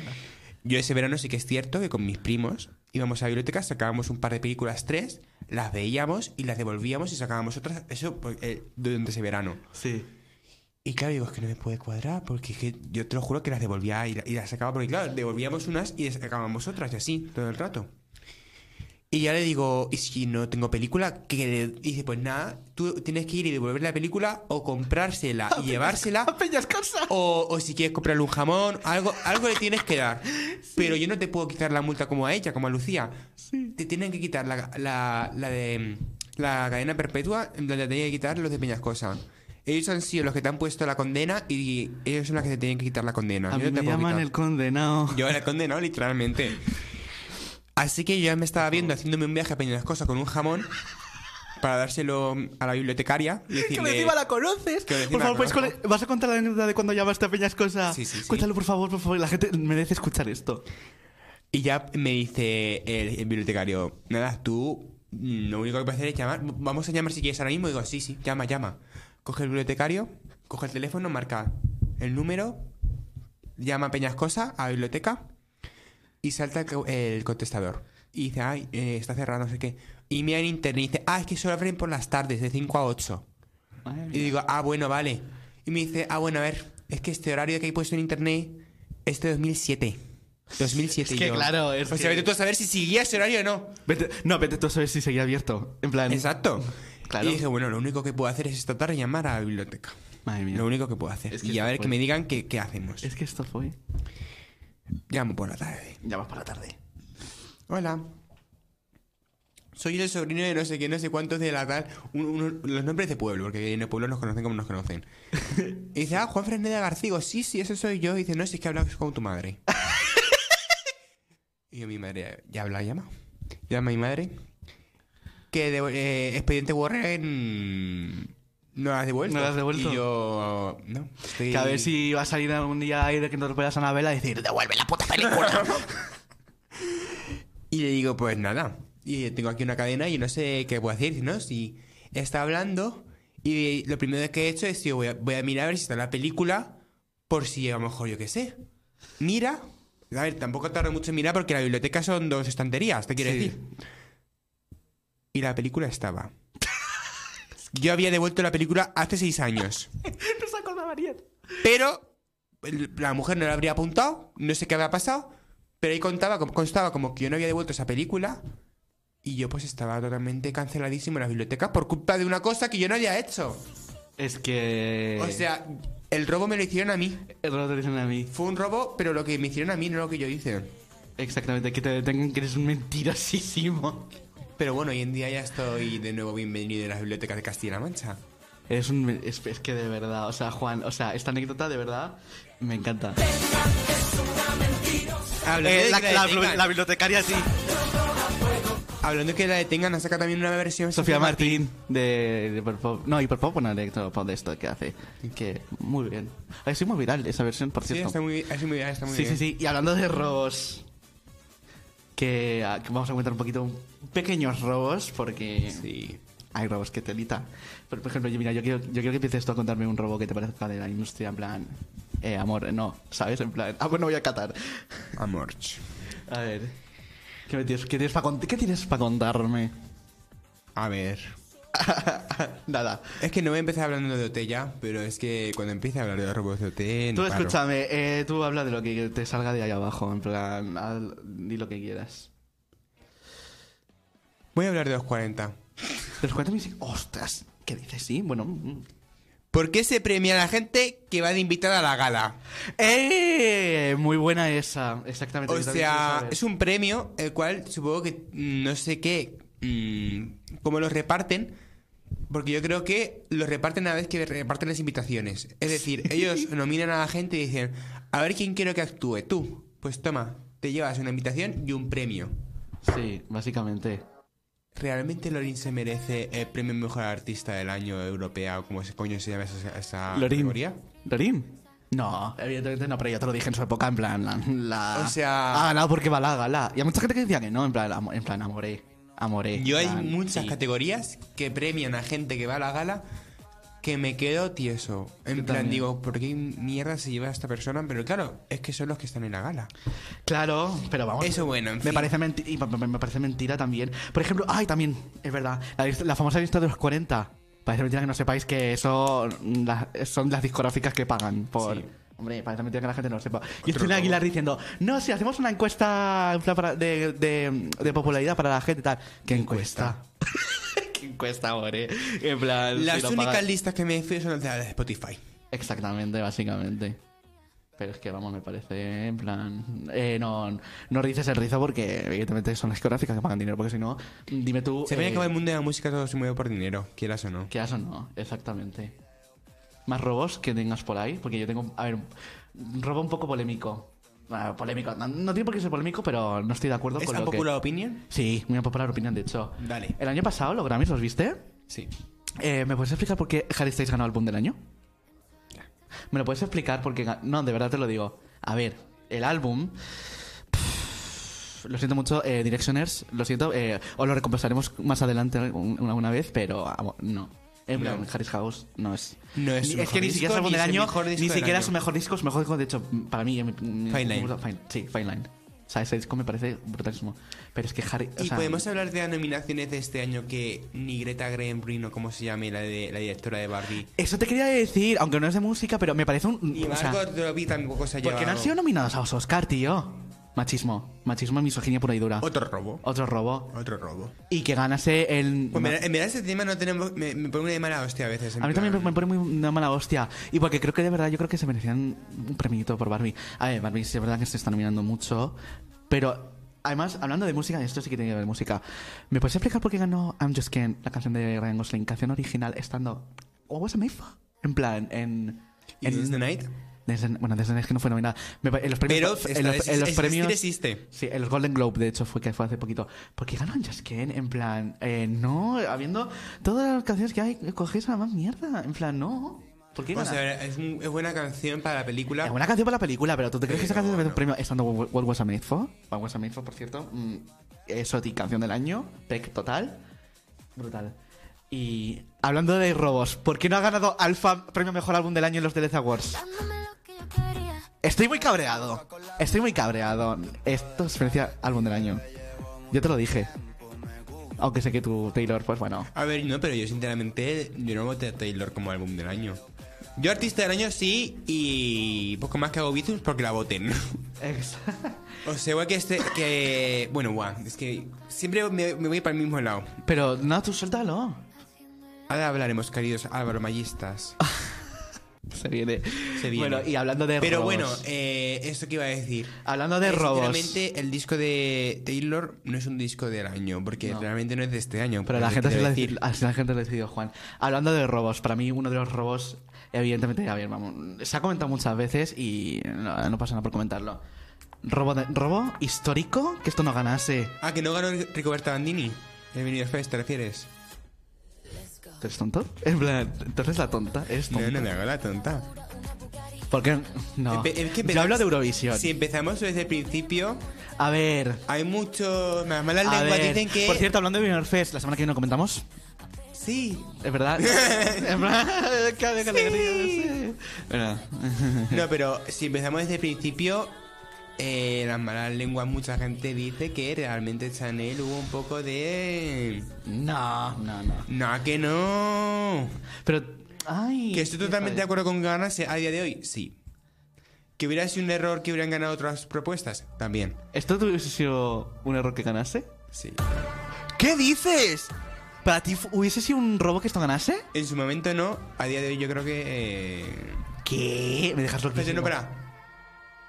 B: Yo ese verano sí que es cierto que con mis primos íbamos a la biblioteca, sacábamos un par de películas, tres, las veíamos y las devolvíamos y sacábamos otras, eso pues, eh, durante ese verano.
A: Sí.
B: Y claro, digo, es que no me puede cuadrar porque es que yo te lo juro que las devolvía y, la- y las sacaba, porque claro, devolvíamos unas y sacábamos otras y así todo el rato. Y ya le digo, ¿y si no tengo película? Que dice, pues nada, tú tienes que ir y devolver la película o comprársela y llevársela
A: Peñascosa.
B: o, o si quieres comprarle un jamón, algo, algo le tienes que dar. Pero yo no te puedo quitar la multa como a ella, como a Lucía. Te tienen que quitar la, la, la de la cadena perpetua, en plan, te tienen que quitar los de Peñascosa. Ellos han sido los que te han puesto la condena y ellos son los que te tienen que quitar la condena.
A: A
B: Yo
A: mí
B: no te
A: me
B: puedo
A: llaman
B: quitar.
A: el condenado.
B: Yo era condenado, literalmente. Así que yo ya me estaba viendo haciéndome un viaje a Peñascosa con un jamón para dárselo a la bibliotecaria. Y
A: Que
B: decirle,
A: encima la conoces.
B: Que encima
A: Por
B: la
A: favor, ¿puedes
B: conozco.
A: cole- ¿vas a contar la anécdota de cuando llamaste a Peñascosa?
B: Sí, sí, sí.
A: Cuéntalo, por favor, por favor. La gente merece escuchar esto.
B: Y ya me dice el, el bibliotecario, nada, tú mm, lo único que puedes hacer es llamar, vamos a llamar si quieres ahora mismo. Y digo, sí, sí, llama, llama. Coge el bibliotecario, coge el teléfono, marca el número, llama a Peñascosa a la biblioteca y salta el co- el contestador. Y dice, ay, eh, está cerrado, no sé qué. Y mira en internet y dice, ah, es que solo abren por las tardes, de 5 a 8. Y digo, ah, bueno, vale. Y me dice, ah, bueno, a ver, es que este horario que hay puesto en internet es de 2007. 2007
A: Es
B: y
A: que
B: yo,
A: claro, es
B: O sea,
A: que-
B: vete tú a saber si seguía ese horario o no.
A: Vete- no, vete tú a saber si seguía abierto. En plan.
B: Exacto.
A: Em, Claro.
B: Y dije, bueno, lo único que puedo hacer es esta tarde llamar a la biblioteca.
A: Madre mía.
B: Lo único que puedo hacer.
A: Es que
B: y a
A: esto
B: ver
A: fue-
B: que me digan qué, qué hacemos.
A: Es que esto fue.
B: Llamo por la tarde.
A: Ya vas por la tarde.
B: Hola. Soy el sobrino de no sé qué, no sé cuántos de la tal. un- uno- los nombres de pueblo, porque en el pueblo nos conocen como nos conocen. Y dice, ah, Juan Fresneda García. Digo, sí, sí, ese soy yo. Y dice, no, si es que hablas con tu madre. y yo, mi madre, ya habla, llama. Llama a mi madre. Que de- eh, expediente Warren. No la has devuelto.
A: No la has devuelto.
B: Y yo, no. Estoy...
A: Que a ver si va a salir algún día ahí de que nos veas a una vela y decir, devuelve la puta película.
B: Y le digo, pues nada. Y tengo aquí una cadena y no sé qué puedo decir, ¿no? Si está hablando y lo primero que he hecho es, tío, voy a, voy a mirar a ver si está la película por si a lo mejor, yo qué sé. Mira. A ver, tampoco tarda mucho en mirar porque la biblioteca son dos estanterías, te quiero
A: Sí.
B: decir. Y la película estaba. Yo había devuelto la película hace seis años.
A: no se acordaba ni él.
B: Pero el- la mujer no la habría apuntado, no sé qué había pasado, pero ahí contaba, como- constaba como que yo no había devuelto esa película y yo pues estaba totalmente canceladísimo en la biblioteca por culpa de una cosa que yo no había hecho.
A: Es que.
B: O sea, el robo me lo hicieron a mí.
A: Es lo que te dicen a mí.
B: Fue un robo, pero lo que me hicieron a mí no lo que yo hice.
A: Exactamente, que te detengan que eres un mentirosísimo.
B: Pero bueno, hoy en día ya estoy de nuevo bienvenido en las bibliotecas de Castilla-La Mancha.
A: Eres un. men- Es, es que de verdad, o sea, Juan, o sea, esta anécdota de verdad me encanta.
B: Hablando,
A: Eh,
B: de,
A: la,
B: que
A: la-
B: la detengan,
A: la bibliotecaria, sí.
B: hablando de que la detengan, han sacado también una versión.
A: Sofía Martín, de, de Hiperpop. No, Hiperpop, una electropop de esto que hace. Que muy bien. Ha sido muy viral esa versión, por
B: Sí,
A: cierto.
B: está muy, está muy bien, está muy
A: sí,
B: bien.
A: sí, sí. Y hablando de robos, que, ah, que vamos a contar un poquito un- pequeños robos, porque
B: Sí.
A: hay robos que telita. Pero, por ejemplo, yo- mira, yo quiero, yo quiero que empieces tú a contarme un robo que te parezca de la industria, en plan, eh, amor, no, ¿sabes? En plan, ah, bueno, voy a catar.
B: Amorch.
A: A ver, ¿qué, me tienes, qué tienes para contarme?
B: A ver.
A: Nada.
B: Es que no voy a empezar hablando de OT ya, pero es que cuando empiece a hablar de los robots de OT. no
A: Tú
B: paro.
A: escúchame, eh, tú habla de lo que te salga de ahí abajo, en plan, haz- di lo que quieras.
B: Voy a hablar de los 40.
A: Pero cuéntame si... ¡Ostras! ¿Qué dices? Sí, bueno... mm.
B: ¿Por qué se premia a la gente que va de invitada a la gala?
A: ¡Eh! Muy buena esa, exactamente.
B: O
A: yo también quiero
B: sea,
A: saber.
B: es un premio el cual supongo que mm, no sé qué, mm, cómo los reparten, porque yo creo que los reparten a la vez que reparten las invitaciones. Es decir, ellos nominan a la gente y dicen, a ver quién quiero que actúe, tú. Pues toma, te llevas una invitación y un premio.
A: Sí, básicamente.
B: ¿Realmente Lorin se merece el premio Mejor Artista del Año Europea o como se coño se llama esa, esa
A: Lorin.
B: Ah, categoría?
A: ¿Lorín? No, evidentemente no, pero yo te lo dije en su época, en plan, la... la-
B: O sea-
A: Ha ganado porque va a la gala. Y hay mucha gente que decía que no, en plan, amo- en plan amoré, amoré.
B: Yo hay
A: en plan,
B: muchas
A: sí.
B: categorías que premian a gente que va a la gala que me quedo tieso. En plan,
A: también.
B: digo, ¿por qué mierda se lleva a esta persona? Pero claro, es que son los que están en la gala.
A: Claro, pero vamos.
B: Eso bueno, en
A: me
B: fin.
A: parece menti- y me, me parece mentira también. Por ejemplo, ay, también, es verdad, la, lista- la famosa lista de los 40. Parece mentira que no sepáis que eso mm, la- son las discográficas que pagan por.
B: Sí.
A: Hombre, parece mentira que la gente no lo sepa. Y
B: Otro
A: estoy
B: robo.
A: Aguilar diciendo, no, si hacemos una encuesta en plan para- de, de- de popularidad para la gente, tal. ¿Qué encuesta? ¿Qué encuesta, hombre? En plan.
B: Las
A: si lo
B: únicas
A: pagan-
B: listas que me fío son las de Spotify.
A: Exactamente, básicamente. Pero es que, vamos, me parece, en plan... eh, no, no rices el rizo porque, evidentemente, son las discográficas que pagan dinero, porque si no, dime tú...
B: Se ve
A: eh,
B: que el mundo de la música todo se mueve por dinero, quieras o no.
A: ¿Qué has o no? Exactamente. ¿Más robos que tengas por ahí? Porque yo tengo, a ver, un robo un poco polémico. Bueno, polémico, no, no tiene por qué ser polémico, pero no estoy de acuerdo
B: ¿Es
A: con
B: tan
A: lo que...
B: popular opinión?
A: Sí, muy popular opinión, de hecho.
B: Dale.
A: El año pasado, los Grammys, ¿los viste?
B: Sí.
A: Eh, ¿Me puedes explicar por qué Harry Styles ganó álbum del año? ¿Me lo puedes explicar? Porque... ga- No, de verdad te lo digo. A ver, el álbum... Pff, Lo siento mucho, eh, Directioners, lo siento, eh, os lo recompensaremos más adelante un- alguna vez, pero amo, no. En plan,
B: No.
A: Harry's House no es.
B: No es su
A: Ni- es
B: mejor
A: que ni siquiera es
B: disco,
A: álbum
B: ni
A: del
B: es el
A: año,
B: mejor disco
A: ni
B: del
A: siquiera
B: año.
A: su mejor disco, su mejor disco, de hecho, para mí. eh, Fine
B: Fine Line.
A: sí, Fine Line. O sea, ese disco me parece brutalísimo. Pero es que Harry. o
B: Y
A: sea,
B: podemos hablar de las nominaciones de este año que ni Greta Greenbreen o como se llame la, de, la directora de Barbie.
A: Eso te quería decir, aunque no es de música, pero me parece un.
B: Ni
A: o sea,
B: Margot Robbie tampoco se ha
A: Porque no han
B: llevado.
A: sido nominados a los Oscar, tío. Machismo. Machismo y misoginia pura y dura.
B: Otro robo.
A: Otro robo.
B: Otro robo.
A: Y que ganase el...
B: Pues me- en verdad este tema no tenemos... Me, me pone una de mala hostia a veces. en
A: A mí también me-
B: plan-
A: me pone muy una mala hostia. Y porque creo que de verdad, yo creo que se merecían un premiito por Barbie. A ver, Barbie sí es verdad que se está nominando mucho. Pero además, hablando de música, esto sí que tiene que ver con música. ¿Me puedes explicar por qué ganó I'm Just Ken, la canción de Ryan Gosling, canción original, estando. ¿What was I made for? En plan, en.
B: ¿Y
A: en-
B: This the Night?
A: Desde- bueno, desde es que no fue nominada. Me pa- en los
B: Pero
A: premios. en los,
B: está-
A: en los
B: es-
A: premios
B: existe, existe.
A: Sí, en los Golden Globe, de hecho, fue que fue hace poquito. ¿Por qué ganó Just Ken? En plan, eh, no, habiendo todas las canciones que hay, cogéis a la más mierda. En plan, no. ¿Por qué
B: O
A: gana?
B: sea, es, un- es buena canción para la película.
A: es una canción para la película, pero ¿tú te crees que esa
B: Pero
A: canción merece un
B: no.
A: premio estando What What Was I Made For? What Was I Made For, por cierto. mm, eso, ti, canción del año. Tech total. Brutal. Y hablando de robos, ¿por qué no ha ganado Alpha Premio Mejor Álbum del Año en los Delez Awards?
C: Dándome lo que yo quería.
A: Estoy muy cabreado. Estoy muy cabreado. Esto es referencia al álbum del año. Yo te lo dije. Aunque sé que tú, Taylor, pues bueno.
B: A ver, no, pero yo sinceramente yo no voté a Taylor como álbum del año. Yo artista del año sí y poco más que hago bizums porque la voten. o sea, igual que este, que... Bueno, guau, es que siempre me, me voy para el mismo lado.
A: Pero no, tú suéltalo.
B: Ahora hablaremos, queridos Álvaro Mallistas.
A: Se viene.
B: Se viene.
A: Bueno, y hablando Ah, de
B: Pero
A: robos.
B: bueno, eh, esto que iba a decir.
A: Hablando de
B: Eh,
A: robos.
B: Sinceramente, el disco de Taylor no es un disco del año, porque
A: No.
B: realmente no es de este año.
A: Pero
B: por
A: la
B: eso
A: gente, se
B: quiero
A: lo ha
B: decir.
A: decidido- así la gente lo ha decidido, Juan. Hablando de robos, para mí uno de los robos, evidentemente, a ver, vamos, se ha comentado muchas veces y no, no pasa nada por comentarlo. Robo, de- robo histórico, que esto no ganase.
B: Ah, que no ganó Ricoberta Bandini. El Benidorm Fest, ¿te refieres?
A: ¿Tú ¿Eres tonto? En plan, entonces la tonta, es tonta.
B: No, no me hago la tonta.
A: Porque no.
B: Empe- es que
A: Yo
B: empezamos-
A: hablo de Eurovisión.
B: Si empezamos desde el principio,
A: A ver.
B: hay mucho. Las malas
A: a
B: lenguas
A: ver.
B: dicen que.
A: Por cierto, hablando de Winner Fest, la semana que viene lo comentamos.
B: Sí.
A: Es verdad. En plan, qué- qué alegría, sí. Bueno,
B: No, pero si empezamos desde el principio, eh, las malas lenguas, mucha gente dice que realmente Chanel hubo un poco de.
A: No, no, no.
B: No, que no.
A: Pero. Ay.
B: Que estoy totalmente de acuerdo con Ganas eh, a día de hoy, sí. Que hubiera sido un error que hubieran ganado otras propuestas, también.
A: ¿Esto hubiese sido un error que ganase?
B: Sí.
A: ¿Qué dices? ¿Para ti fu- hubiese sido un robo que esto ganase?
B: En su momento no, a día de hoy yo creo que. eh,
A: ¿Qué? Me dejas
B: Espérate,
A: loquísimo.
B: no, para.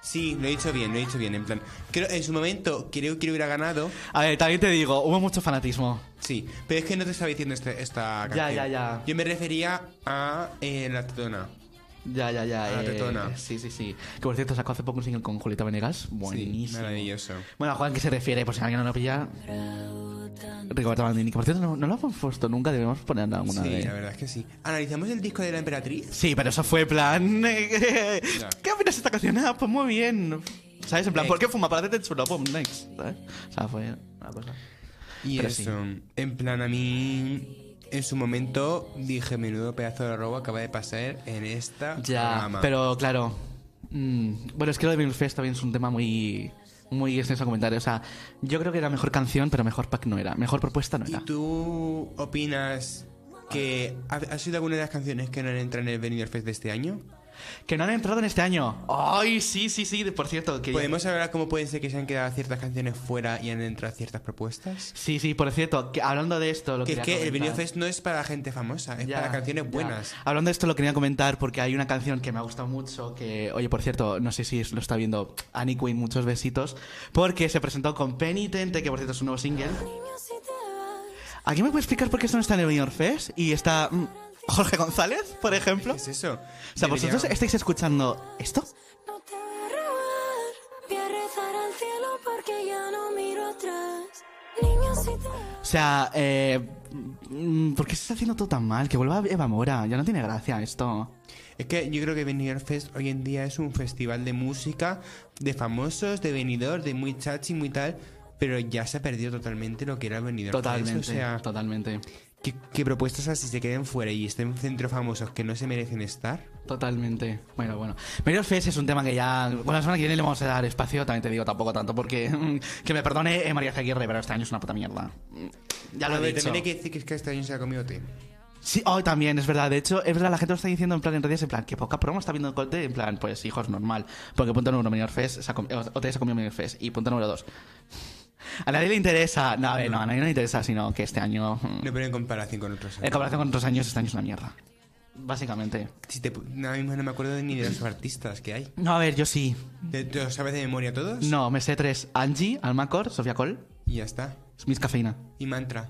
B: Sí, lo he dicho bien, lo he dicho bien. En plan, creo, en su momento creo que hubiera ganado.
A: A ver, también te digo, hubo mucho fanatismo.
B: Sí, pero es que no te estaba diciendo este- esta
A: Ya,
B: canción.
A: ya, ya.
B: Yo me refería a eh, la tetona.
A: Ya, ya, ya.
B: A la
A: eh,
B: tetona.
A: sí, sí, sí. Que por cierto sacó hace poco un single con Julieta Venegas. Buenísimo.
B: Sí, maravilloso.
A: Bueno, a Juan, ¿qué se refiere? Por si alguien no lo pilla. Rigoberta Bandini. Que por cierto, no, no lo hemos puesto nunca. Debemos ponerla alguna
B: sí,
A: vez.
B: la verdad es que sí. ¿Analizamos el disco de la emperatriz?
A: Sí, pero eso fue plan. eh, ¿Qué opinas de esta canción? Ah, pues muy bien. ¿Sabes? En plan, ¿por qué fuma? Para de chulo, pum, next. ¿Sabes? O sea, fue una cosa.
B: Y
A: Pero
B: eso, en plan, a mí. En su momento dije, menudo pedazo de robo acaba de pasar en esta.
A: Ya,
B: rama".
A: pero claro. mm, bueno, es que lo de Vinil Fest también es un tema muy. Muy extenso a comentar. O sea, yo creo que era mejor canción, pero mejor pack no era. Mejor propuesta no
B: ¿Y
A: era.
B: tú opinas que ha, ha sido alguna de las canciones que no entra en el Benidorm Fest de este año?
A: Que no han entrado en este año. ¡Ay, sí, sí, sí! Por cierto, que.
B: ¿Podemos hablar cómo pueden ser que se han quedado ciertas canciones fuera y han entrado ciertas propuestas?
A: Sí, sí, por cierto, que hablando de esto. Lo
B: Que es
A: quería
B: que el
A: comentar.
B: Benidorm Fest no es para gente famosa, es
A: Ya,
B: para canciones
A: ya.
B: buenas.
A: Hablando de esto lo quería comentar porque hay una canción que me ha gustado mucho que, oye, por cierto, no sé si es- lo está viendo Annie Queen, muchos besitos, porque se presentó con Penitente, que por cierto es un nuevo single.
C: Niño, si te vas,
A: ¿Alguien me puede explicar por qué esto no está en el Benidorm Fest? Y está mm, Jorge González, por ejemplo.
B: ¿Qué es eso?
A: O sea,
B: Debería-
A: ¿vosotros estáis escuchando esto?
C: no te voy a robar. Voy a rezar al cielo porque ya no miro atrás. Niño, si te
A: O
C: vas,
A: sea, eh, mm, ¿por qué se está haciendo todo tan mal? Que vuelva Eva Mora, ya no tiene gracia esto.
B: Es que yo creo que Benidorm Fest hoy en día es un festival de música, de famosos, de venidor, de muy chachi, muy tal, pero ya se ha perdido totalmente lo que era el Benidorm
A: Totalmente,
B: Fest. O sea,
A: totalmente.
B: que, que propuestas así se queden fuera y estén centros famosos que no se merecen estar.
A: Totalmente. Bueno, bueno. Menos Fest es un tema que ya. Bueno, la semana que viene le vamos a dar espacio, también te digo tampoco tanto, porque. mm, Que me perdone eh, María Jaquirre, pero este año es una puta mierda. Ya lo
B: A
A: he
B: ver,
A: dicho.
B: también hay que decir que es que este año se ha comido té.
A: Sí, hoy también, es verdad. De hecho, es verdad, la gente lo está diciendo en plan en redes, en plan, que poca promo está viendo el corte, en plan, pues hijos, normal. Porque punto número uno, Minor Fest, se ha com- eh, OT se ha comido Minor Fest. Y punto número dos. A nadie le interesa. No, a ver, no, a nadie le interesa, sino que este año. mm,
B: No, pero en comparación con otros.
A: En comparación con otros años, este año es una mierda. Básicamente.
B: Si te pu- ahora mismo no me acuerdo ni de los artistas que hay.
A: No, a ver, yo sí.
B: ¿Te, te los sabes de memoria todos?
A: No, me sé tres. Angie, Almacor, Sofía Col,
B: Y ya está.
A: Smith Cafeína.
B: Y Mantra.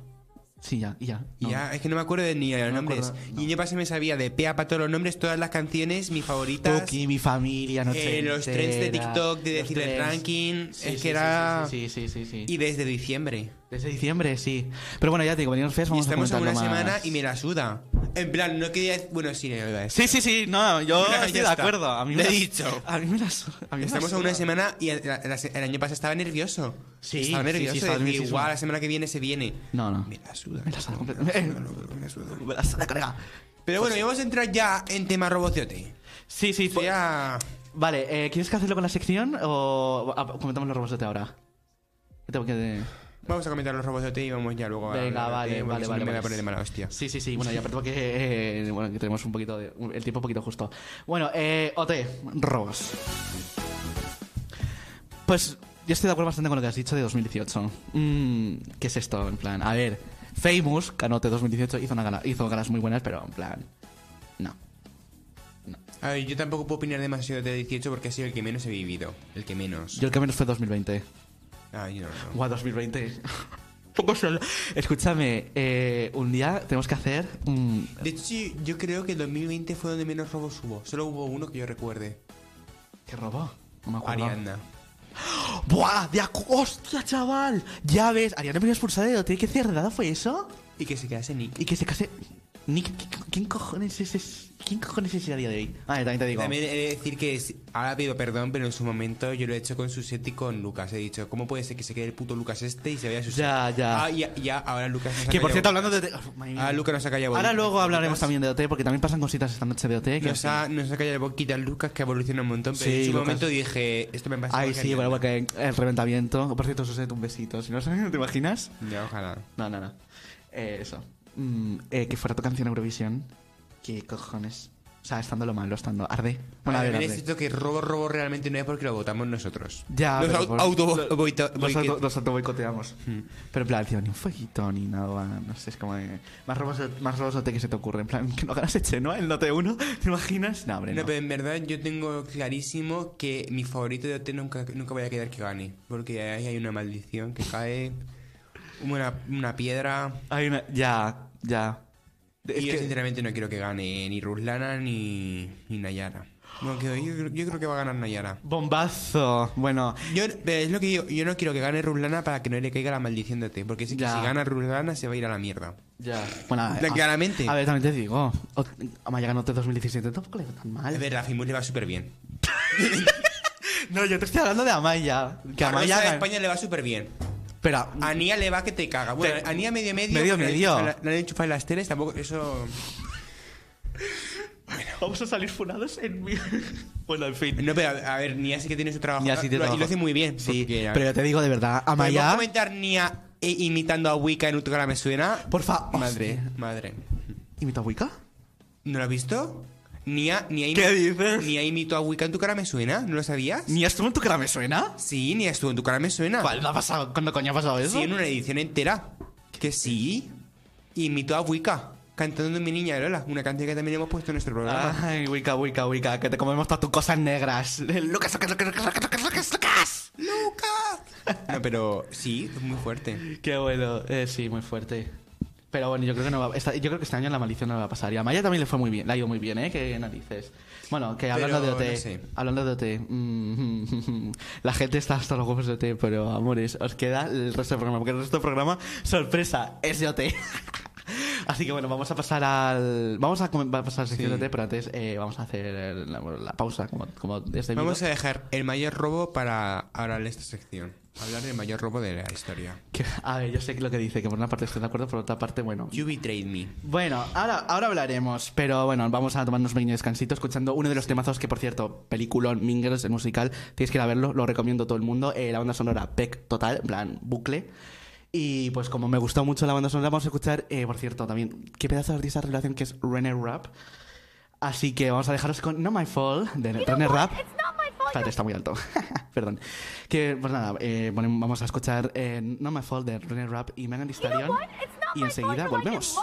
A: Sí, ya, y ya.
B: Y
A: no.
B: ya, es que no me acuerdo de ni de
A: No
B: los
A: me
B: nombres.
A: acuerdo, no.
B: Y yo pasé me sabía de pe a pa todos los nombres, todas las canciones, mis favoritas.
A: Tuki, mi familia, no
B: eh, los trends de TikTok, de decir el ranking. es que era.
A: Sí, sí, sí, sí.
B: Y desde diciembre.
A: Desde diciembre, sí. Pero bueno, ya te digo, venimos Fest,
B: Y
A: vamos
B: estamos
A: a
B: a
A: comentarlo
B: una
A: más.
B: semana y me la suda. En plan, no quería. Bueno, sí, lo iba a decir.
A: Sí, sí, sí, no, yo
B: Ya
A: estoy de
B: está.
A: acuerdo. A mí me
B: Lo he
A: la-
B: dicho.
A: A mí me las. A mí me
B: Estamos
A: la
B: a una
A: suda.
B: semana y el, la- la- el año pasado estaba nervioso.
A: Sí,
B: estaba
A: sí,
B: nervioso.
A: sí, estaba
B: de decir,
A: nerviosísimo.
B: "Guau, la semana que viene se viene.
A: No, no.
B: Me la suda.
A: Me la suda
B: Me
A: completamente.
B: la suda, me la suda.
A: Me la suda, colega.
B: Pero bueno, y vamos a entrar ya en tema robociote.
A: Sí, sí, fue-
B: Ya.
A: Vale, eh, ¿quieres que hacerlo con la sección o ah, comentamos los robots de ahora? Yo tengo que.
B: Vamos a comentar los robociote y vamos ya luego a.
A: Venga,
B: hablar de
A: vale,
B: ti, porque
A: vale,
B: si no
A: vale.
B: Me voy
A: vale.
B: a poner de mala hostia.
A: Sí, sí, sí. Bueno, y aparte porque eh, bueno, que tenemos un poquito de, un- el tiempo un poquito justo. Bueno, eh, OT, robos. Pues yo estoy de acuerdo bastante con lo que has dicho de 2018. Mm, ¿Qué es esto? En plan, a ver, Famous, ganó de 2018, hizo, una gala, hizo galas muy buenas, pero en plan, no.
B: A ver, yo tampoco puedo opinar demasiado de 18 porque ha sido el que menos he vivido. El que menos.
A: Yo el que menos fue 2020.
B: Ah, yo no, no.
A: Guau, 2020. Poco solo. Escúchame, eh, un día tenemos que hacer un...
B: De hecho, sí, yo creo que el 2020 fue donde menos robos hubo. Solo hubo uno que yo recuerde.
A: ¿Qué robó? No me acuerdo.
B: Ariadna.
A: ¡Buah! De acu- ¡Hostia, chaval! Ya ves, Ariana me expulsada de OT. ¿Qué cerrada fue eso?
B: Y que se quedase Nick.
A: Y que se case. Nick, ¿qui- ¿quién cojones es ese? ¿Quién cojones es ese a día de hoy? Ah, también te digo.
B: También he de decir que es- ahora pido perdón, pero en su momento yo lo he hecho con Suset y con Lucas. He dicho, ¿cómo puede ser que se quede el puto Lucas este y se vaya a Suset?
A: Ya, ya.
B: Ah, ya, ya, ahora Lucas nos ha
A: Que por
B: callado.
A: cierto, hablando de. Oh, madre mía.
B: Ah, Luca nos ha callado.
A: Ahora luego hablaremos
B: Lucas
A: también de OT, porque también pasan cositas esta noche de OT. Que
B: Nos ha, nos ha callado boquita Lucas, que evoluciona un montón. Pero
A: Sí,
B: en su
A: Lucas.
B: momento dije, esto me pasa.
A: Ay,
B: porque
A: sí,
B: Ariadna.
A: bueno, porque el reventamiento. Por cierto, Suset, un besito. Si no, ¿te imaginas?
B: Ya, ojalá.
A: No, no, no. Eh, eso. Mm, eh, que fuera tu canción Eurovisión. ¿Qué cojones? O sea, estando lo malo, estando. Arde. Bueno, a ver,
B: También es
A: arde.
B: cierto que robo, robo realmente no es porque lo votamos nosotros.
A: Ya,
B: Los
A: pero
B: au-
A: por-
B: auto
A: lo-
B: boito-
A: Los
B: boique-
A: auto- los autoboicoteamos. Hmm. Pero en plan, tío, ni un fueguito ni nada. No sé, es como. eh, más robos más robosote que se te ocurre. En plan, que no ganas eche, ¿no? El note 1, ¿te imaginas? No, hombre. No,
B: No, pero en verdad yo tengo clarísimo que mi favorito de OT nunca, nunca voy a quedar que gane. Porque ahí hay una maldición que cae, una, una piedra.
A: Hay una- Ya, ya. Es
B: y yo
A: que-
B: sinceramente no quiero que gane ni Ruslana ni, ni Nayara. No, que yo, creo- yo creo que va a ganar Nayara.
A: Bombazo. Bueno,
B: Yo, pero es lo que digo, yo no quiero que gane Ruslana para que no le caiga la maldición de OT. Porque sé que
A: Ya.
B: si gana Ruslana se va a ir a la mierda.
A: ya. Bueno, a-
B: Plan, claramente.
A: A ver, también te digo. o- Amaya ganó T 2017, tampoco le va tan mal.
B: Es verdad, Fimus le va súper bien.
A: No, yo te estoy hablando de Amaya. Que
B: A
A: Amaya.
B: Rosa de
A: gan-
B: España le va súper bien.
A: Espera,
B: A Nia le va que te caga. Bueno,
A: Te-
B: a Nia medio medio.
A: Medio,
B: porque
A: medio.
B: Le han enchufado- le han enchufado en las teles, tampoco. Eso.
A: vamos a salir funados en mi. bueno, en fin.
B: No, pero a, a ver, Nia sí que tiene su trabajo.
A: Ni así te
B: Lo- Y
A: trabajo.
B: lo hace muy bien.
A: Sí,
B: porque, a
A: pero yo te digo de verdad,
B: ¿Podemos
A: Amaya.
B: comentar Nia e- imitando a Wicca en Utucara me suena?
A: Por fa-
B: Madre,
A: hostia.
B: madre.
A: ¿Imita a Wicca?
B: ¿No lo has visto? Nia, Nia imi-
A: ¿Qué dices?
B: Nia imitó a Wicca en tu cara me suena, ¿no lo sabías?
A: ¿Ni este estuvo en tu cara me suena?
B: Sí, Nia estuvo en tu cara me suena.
A: ¿Cuál no ha pasado? ¿Cuándo coño ha pasado eso?
B: Sí, en una edición entera. Que sí. Imitó a Wicca cantando Mi Niña Lola, una canción que también hemos puesto en nuestro programa.
A: Ay, Wicca, Wicca, Wicca, que te comemos todas tus cosas negras. Lucas, Lucas, Lucas, Lucas, Lucas, Lucas, Lucas.
B: No, pero sí, es muy fuerte.
A: Qué bueno, eh, sí, muy fuerte. Pero bueno, yo creo que no va esta- yo creo que este año la maldición no le va a pasar. Y a Maya también le fue muy bien, le ha ido muy bien, ¿eh? Qué narices. Bueno, que hablando
B: Pero,
A: de OT,
B: no sé.
A: hablando de OT, mm, la gente está hasta los huevos de OT, pero amores, os queda el resto del programa, porque el resto del programa, sorpresa, es de OT. Así que bueno, vamos a pasar al. Vamos a, com- va a pasar a la sección
B: Sí.
A: de OT, pero antes eh, vamos a hacer la, la pausa, como, como desde
B: Vamos a dejar el mayor robo para ahora en esta sección. Hablar del mayor robo de la historia.
A: a ver, yo sé que lo que dice, que por una parte estoy de acuerdo, por otra parte, bueno.
B: You betrayed me.
A: Bueno, ahora, ahora hablaremos, pero bueno, vamos a tomarnos un pequeño descansito escuchando uno de los temazos que, por cierto, película Mingers, el musical, tienes que ir a verlo, lo recomiendo a todo el mundo. Eh, la banda sonora PEC total, en plan bucle. Y pues como me gustó mucho la banda sonora, vamos a escuchar, eh, por cierto, también qué pedazo de artista de revelación que es René Rapp. Así que vamos a dejaros con No My Fault de René Rapp. Espérate, está muy alto. Perdón. Que, pues nada, eh, bueno, vamos a escuchar eh, No My Fault de René Rapp y Megan Thee Stallion. Y enseguida volvemos.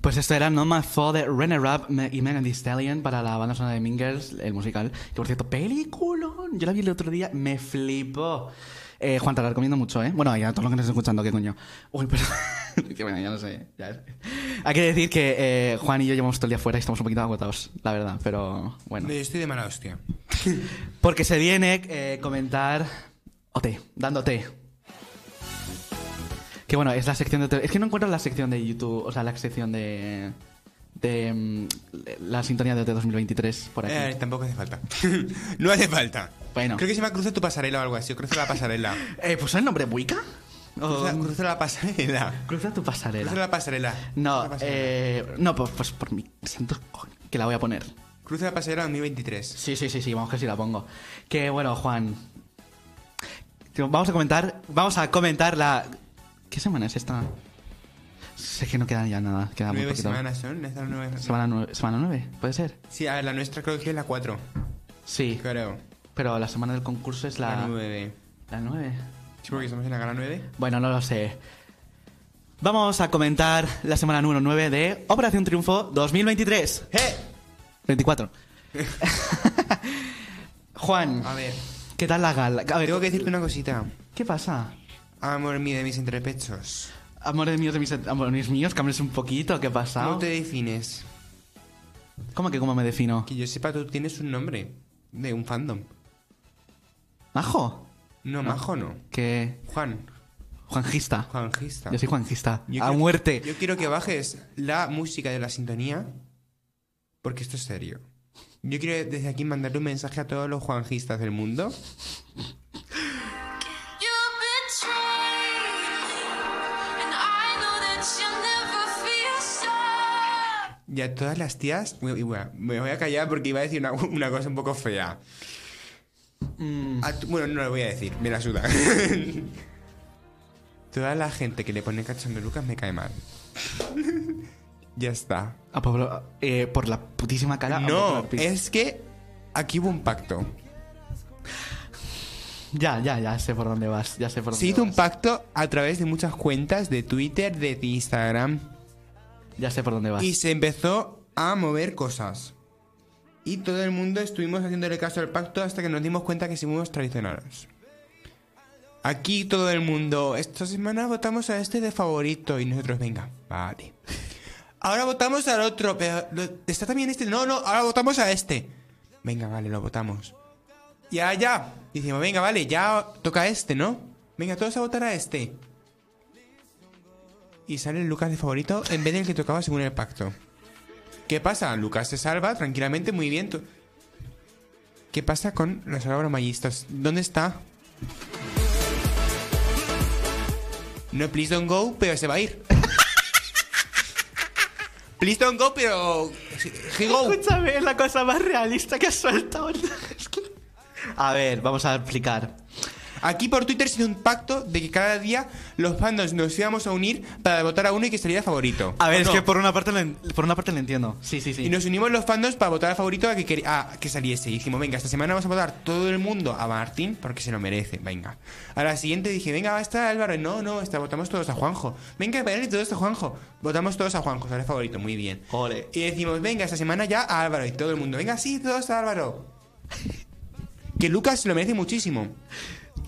A: Pues esto era No My Fault de René Rapp me- y Megan Thee Stallion para la banda sonora de Mingers, el musical. Que por cierto, peliculón. Yo la vi el otro día, me flipó. Eh, Juan, te la recomiendo mucho, ¿eh? Bueno, ya a todos los que nos estén escuchando, ¿qué coño? Uy, pero... que bueno, ya no sé. ya es- Hay que decir que eh, Juan y yo llevamos todo el día fuera y estamos un poquito agotados, la verdad, pero bueno.
B: Yo estoy de mala hostia.
A: Porque se viene eh, comentar OT, dándote. Que bueno, es la sección de... tele- Es que no encuentro la sección de YouTube, o sea, la sección de... De mm, la sintonía de OT 2023 por aquí.
B: Eh, tampoco hace falta. no hace falta.
A: Bueno.
B: Creo que se llama Cruza tu pasarela o algo así. o Cruza la pasarela.
A: Eh, ¿Pues el nombre Wicca? O-
B: Cruza, cruza la pasarela.
A: Cruza tu Um. pasarela.
B: Cruza la pasarela. Cruza
A: No,
B: la pasarela.
A: eh, no, pues, pues por mi santo coño, que la voy a poner.
B: Cruza la pasarela 2023.
A: Sí, sí, sí, sí, vamos que sí la pongo. Que bueno, Juan. que Vamos a comentar, vamos a comentar la ¿Qué semana es esta? Sé que no queda ya nada, queda muy
B: Nueve
A: poquito.
B: semanas son. Esta es la nueve-
A: Semana nueve, semana nueve, puede ser.
B: Sí, a ver, la nuestra creo que es la 4.
A: Sí,
B: Creo.
A: pero la semana del concurso es
B: La
A: la
B: 9.
A: la 9.
B: Sí, porque estamos en la gala 9.
A: Bueno, no lo sé. Vamos a comentar la semana número 9 de Operación Triunfo 2023.
B: ¡Eh!
A: 24. Juan,
B: A ver,
A: ¿qué tal la gala? A ver,
B: Ah. tengo que decirte una cosita.
A: ¿qué pasa?
B: Amor mío de mis entrepechos.
A: Amores míos de mis amores míos, cambies un poquito, ¿qué pasa?
B: ¿Cómo te defines?
A: ¿Cómo que cómo me defino?
B: Que yo sepa, tú tienes un nombre de un fandom.
A: ¿Majo?
B: No, Majo no.
A: Que
B: Juan.
A: Juanjista.
B: Juan Gista.
A: Yo soy Juanjista.
B: Yo
A: a
B: quiero-
A: muerte.
B: Yo quiero que bajes la música de la sintonía, porque esto es serio. Yo quiero desde aquí mandarle un mensaje a todos los juanjistas del mundo. Y a todas las tías... Y bueno, me voy a callar porque iba a decir una, una cosa un poco fea.
A: Mm,
B: A tu- bueno, no lo voy a decir, me la suda. Toda la gente que le pone cachondo a Lucas me cae mal. ya está.
A: a Pablo, eh, por la putísima cara. a
B: No,
A: Pablo Piz-
B: es que aquí hubo un pacto.
A: Ya, ya, ya sé por dónde vas. Ya sé por
B: Se
A: dónde
B: hizo un
A: vas.
B: pacto a través de muchas cuentas de Twitter, de Instagram.
A: Ya sé por dónde vas.
B: Y se empezó a mover cosas. Y todo el mundo estuvimos haciéndole caso al pacto hasta que nos dimos cuenta que fuimos traicionados. Aquí todo el mundo, esta semana votamos a este de favorito y nosotros, venga, vale. Ahora votamos al otro, pero lo- está también este. No, no, ahora votamos a este. Venga, vale, lo votamos. Ya, ya. Dicimos, venga, vale, ya toca este, ¿no? Venga, todos a votar a este. Y sale el Lucas de favorito en vez del que tocaba según el pacto. ¿Qué pasa? Lucas se salva tranquilamente, muy bien. tú- ¿Qué pasa con los mayistas? ¿Dónde está? No, please don't go, pero se va a ir. please don't go, pero... He go.
A: Escúchame, es la cosa más realista que has soltado. Es que- A ver, vamos a explicar.
B: Aquí por Twitter se hizo un pacto de que cada día los fandoms nos íbamos a unir para votar a uno y que sería favorito.
A: A ver,
B: ¿O
A: es
B: no?
A: que por una parte lo, en- por una parte lo entiendo. Sí, sí, sí.
B: Y nos unimos los fandoms para votar al favorito a que, quer- a que saliese. Y dijimos, venga, esta semana vamos a votar todo el mundo a Martín porque se lo merece. Venga. A la siguiente dije, venga, va a estar Álvaro. No, no, esta, votamos todos a Juanjo. Venga, vale, todos a Juanjo. Votamos todos a Juanjo, sale favorito, muy bien.
A: Ole.
B: Y decimos, venga, esta semana ya a Álvaro. Y todo el mundo, venga, sí, todos a Álvaro. que Lucas se lo merece muchísimo.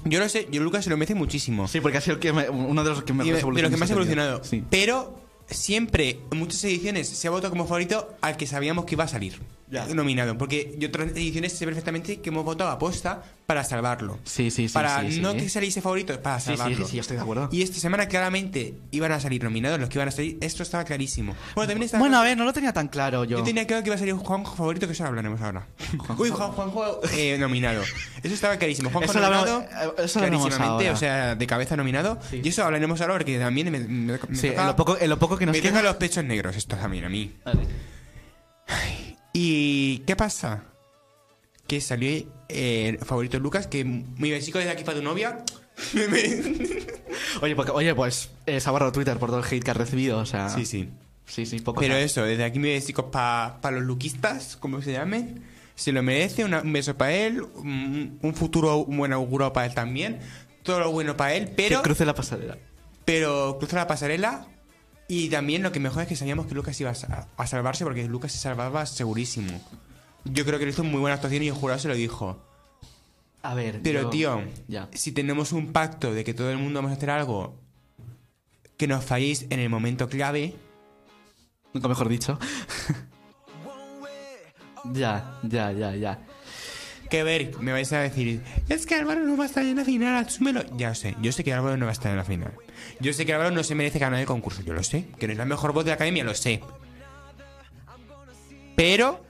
B: Yo lo sé, yo Lucas se lo merece muchísimo.
A: Sí, porque ha sido el que me- uno de los que me
B: Y de- de los que más ha
A: ha tenido.
B: evolucionado.
A: Sí.
B: Pero siempre, en muchas ediciones, se ha votado como favorito al que sabíamos que iba a salir eh,
A: Ya.
B: nominado. Porque yo otras ediciones sé perfectamente que hemos votado a posta para salvarlo.
A: Sí, sí, sí.
B: para
A: sí, sí.
B: no que saliese favorito, para
A: Sí, sí,
B: salvarlo.
A: sí, sí, yo estoy de acuerdo.
B: Y esta semana claramente iban a salir nominados los que iban a salir. Esto estaba clarísimo. Bueno, también estaba.
A: Bueno, a ver, no lo tenía tan claro yo.
B: yo tenía claro que iba a salir un Juanjo favorito, que eso lo hablaremos ahora. Uy, Juan- Juanjo eh, nominado. Eso estaba clarísimo. Juanjo
A: Eso lo hablamos-
B: nominado,
A: eh, eso lo hablamos
B: clarísimamente,
A: ahora.
B: o sea, de cabeza nominado.
A: Sí.
B: Y eso hablaremos ahora porque también me, me- me
A: Sí,
B: toca-
A: en lo poco, en lo poco que nos
B: me toca
A: queda.
B: los pechos negros esto también a mí.
A: Vale.
B: ¿Y qué pasa? Que salió eh, el favorito Lucas, que muy bien, chico, desde aquí para tu novia.
A: Oye, porque- oye, pues eh, se ha borrado Twitter por todo el hate que ha recibido, o sea.
B: Sí, sí.
A: Sí, sí, poco.
B: Pero
A: nada.
B: eso, desde aquí me beso para los luquistas, como se llamen. Se lo merece, una- un beso para él, un, un futuro buen augurado para él también. Todo lo bueno para él, pero,
A: Que cruce la pasarela.
B: pero cruza la pasarela. Y también lo que mejor es que sabíamos que Lucas iba a, sa- a salvarse porque Lucas se salvaba segurísimo. Yo creo que le hizo muy buena actuación y el jurado se lo dijo.
A: A ver.
B: Pero
A: yo-
B: tío,
A: Ya.
B: si tenemos un pacto de que todo el mundo vamos a hacer algo, que nos falléis en el momento clave,
A: Nunca mejor dicho. ya, ya, ya, ya.
B: que ver, me vais a decir, es que Álvaro no va a estar en la final, asúmelo. Ya lo sé, yo sé que Álvaro no va a estar en la final. Yo sé que Álvaro no se merece ganar el concurso, yo lo sé. Que no es la mejor voz de la academia, lo sé. Pero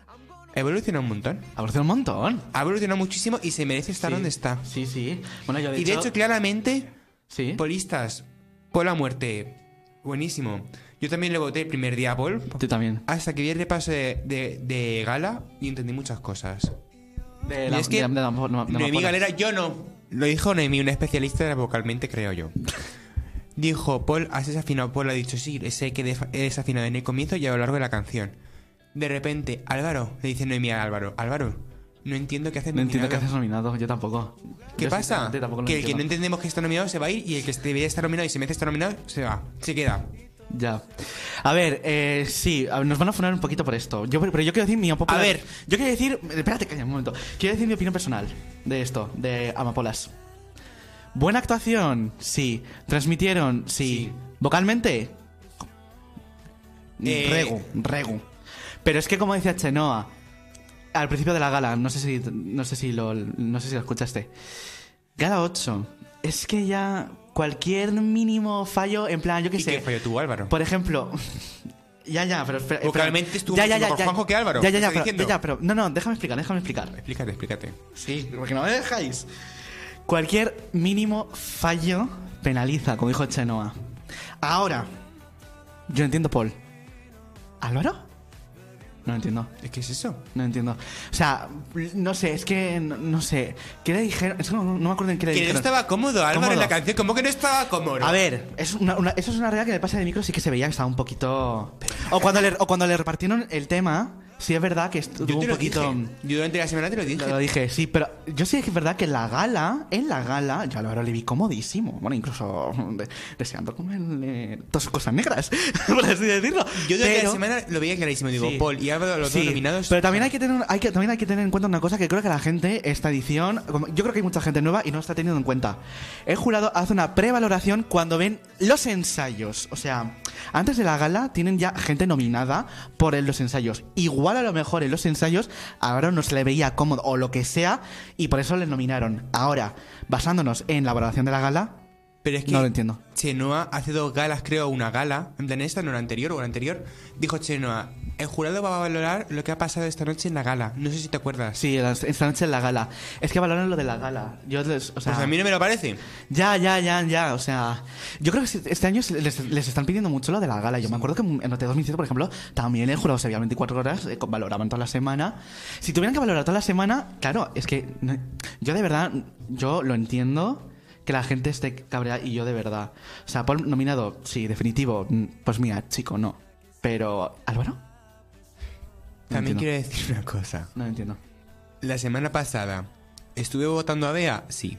B: evoluciona un montón.
A: Ha evolucionado un montón.
B: Ha evolucionado muchísimo y se merece estar
A: Sí.
B: donde está.
A: Sí, sí. Bueno, yo de
B: y de
A: hecho.
B: hecho, claramente,
A: sí.
B: Polistas, Paul a muerte. Buenísimo. Yo también le voté el primer día a Paul.
A: Yo también.
B: Hasta que vi el repaso de, de- de gala y entendí muchas cosas.
A: De
B: y
A: la-
B: es que
A: de- de- de- de- de- de- de- de-
B: Noemí Galera, yo no. Lo dijo Noemí, una especialista vocalmente, creo yo. Dijo, Paul, has desafinado. Paul ha dicho, sí, sé que defa- he desafinado en el comienzo y a lo largo de la canción. De repente, Álvaro, le dice Noemí a Álvaro, Álvaro, no entiendo qué haces
A: No entiendo qué
B: nominado".
A: haces nominado, yo tampoco.
B: ¿Qué
A: Yo
B: pasa?
A: sinceramente tampoco lo
B: que el que no
A: entiendo.
B: entendemos que está nominado se va a ir y el que debería estar nominado y se mete estar nominado se va, se queda.
A: Ya. A ver, eh, sí, a- nos van a funar un poquito por esto. Yo, pero yo quiero decir mi opinión.
B: A ver.
A: yo quiero decir. Espérate, calla un momento. Quiero decir mi opinión personal de esto, de Amapolas. Buena actuación, sí. Transmitieron, sí.
B: Sí.
A: Vocalmente,
B: Eh,
A: Regu, regu. Pero es que como decía Chenoa al principio de la gala, no sé si no sé si lo no sé si lo escuchaste. Gala 8. Es que ya cualquier mínimo fallo en plan, yo qué
B: ¿Y
A: sé. Pues-
B: qué falló tú, Álvaro?
A: Por ejemplo, ya ya, pero espera, espera.
B: Vocalmente estuvo mucho mejor Juanjo que Álvaro,
A: Ya ya
B: ¿qué
A: ya,
B: estás
A: pero,
B: diciendo?
A: ya, ya, pero no no, déjame explicar, déjame explicar.
B: Explícate, explícate.
A: Sí, porque no me dejáis. Cualquier mínimo fallo penaliza, como dijo Chenoa. Ahora, yo entiendo Paul. ¿Álvaro? No lo entiendo,
B: ¿Es ¿Qué es eso?
A: no lo entiendo. O sea, no sé, es que no, no sé. ¿Qué le dijeron? Es que no, no me acuerdo en qué le
B: Que no
A: dijeron.
B: estaba cómodo, Álvaro, en la
A: Cómodo.
B: canción. ¿Cómo que no estaba cómodo?
A: A ver, es una- una- eso es una realidad que en el pase de micro sí que se veía que estaba un poquito. O cuando le, o cuando le repartieron el tema, sí es verdad que estuvo
B: yo
A: un
B: te lo
A: poquito.
B: dije. Yo durante la semana te lo dije.
A: Lo dije, sí, pero yo sí que es verdad que en la gala, en la gala, yo a Álvaro le vi comodísimo. Bueno, incluso de- deseando comerle todas sus cosas negras, por así decirlo.
B: Yo durante
A: Pero-
B: la semana lo veía clarísimo. Digo,
A: Sí.
B: Paul y Álvaro, los
A: Sí,
B: dos nominados.
A: Pero también hay que, tener, hay que, también hay que tener en cuenta una cosa que creo que la gente, esta edición, como- yo creo que hay mucha gente nueva y no lo está teniendo en cuenta. El jurado hace una prevaloración cuando ven los ensayos. O sea, antes de la gala tienen ya gente nominada por el- los ensayos. Igual a lo mejor en los ensayos ahora no se le veía cómodo o lo que sea y por eso le nominaron. Ahora, basándonos en la valoración de la gala,
B: Pero es que
A: no lo entiendo.
B: Chenoa hace dos galas, creo, una gala, en plan esta, no la anterior o la anterior, dijo Chenoa, el jurado va a valorar lo que ha pasado esta noche en la gala. No sé si te acuerdas.
A: Sí, las- esta noche en la gala. Es que valoran lo de la gala. Yo les- o sea,
B: Pues a mí no me lo parece.
A: Ya, ya, ya, ya. O sea, yo creo que este año les, les están pidiendo mucho lo de la gala. Yo me acuerdo que en OT 2007, por ejemplo, también el jurado se veía 24 horas, eh, con- valoraban toda la semana. Si tuvieran que valorar toda la semana, claro, es que no- yo de verdad, yo lo entiendo que la gente esté cabreada y yo de verdad. O sea, Paul nominado, sí, definitivo. mm, Pues mira, chico, no. Pero, Álvaro,
B: También
A: entiendo.
B: quiero decir una cosa.
A: no lo entiendo.
B: La semana pasada, ¿estuve votando a Bea? Sí.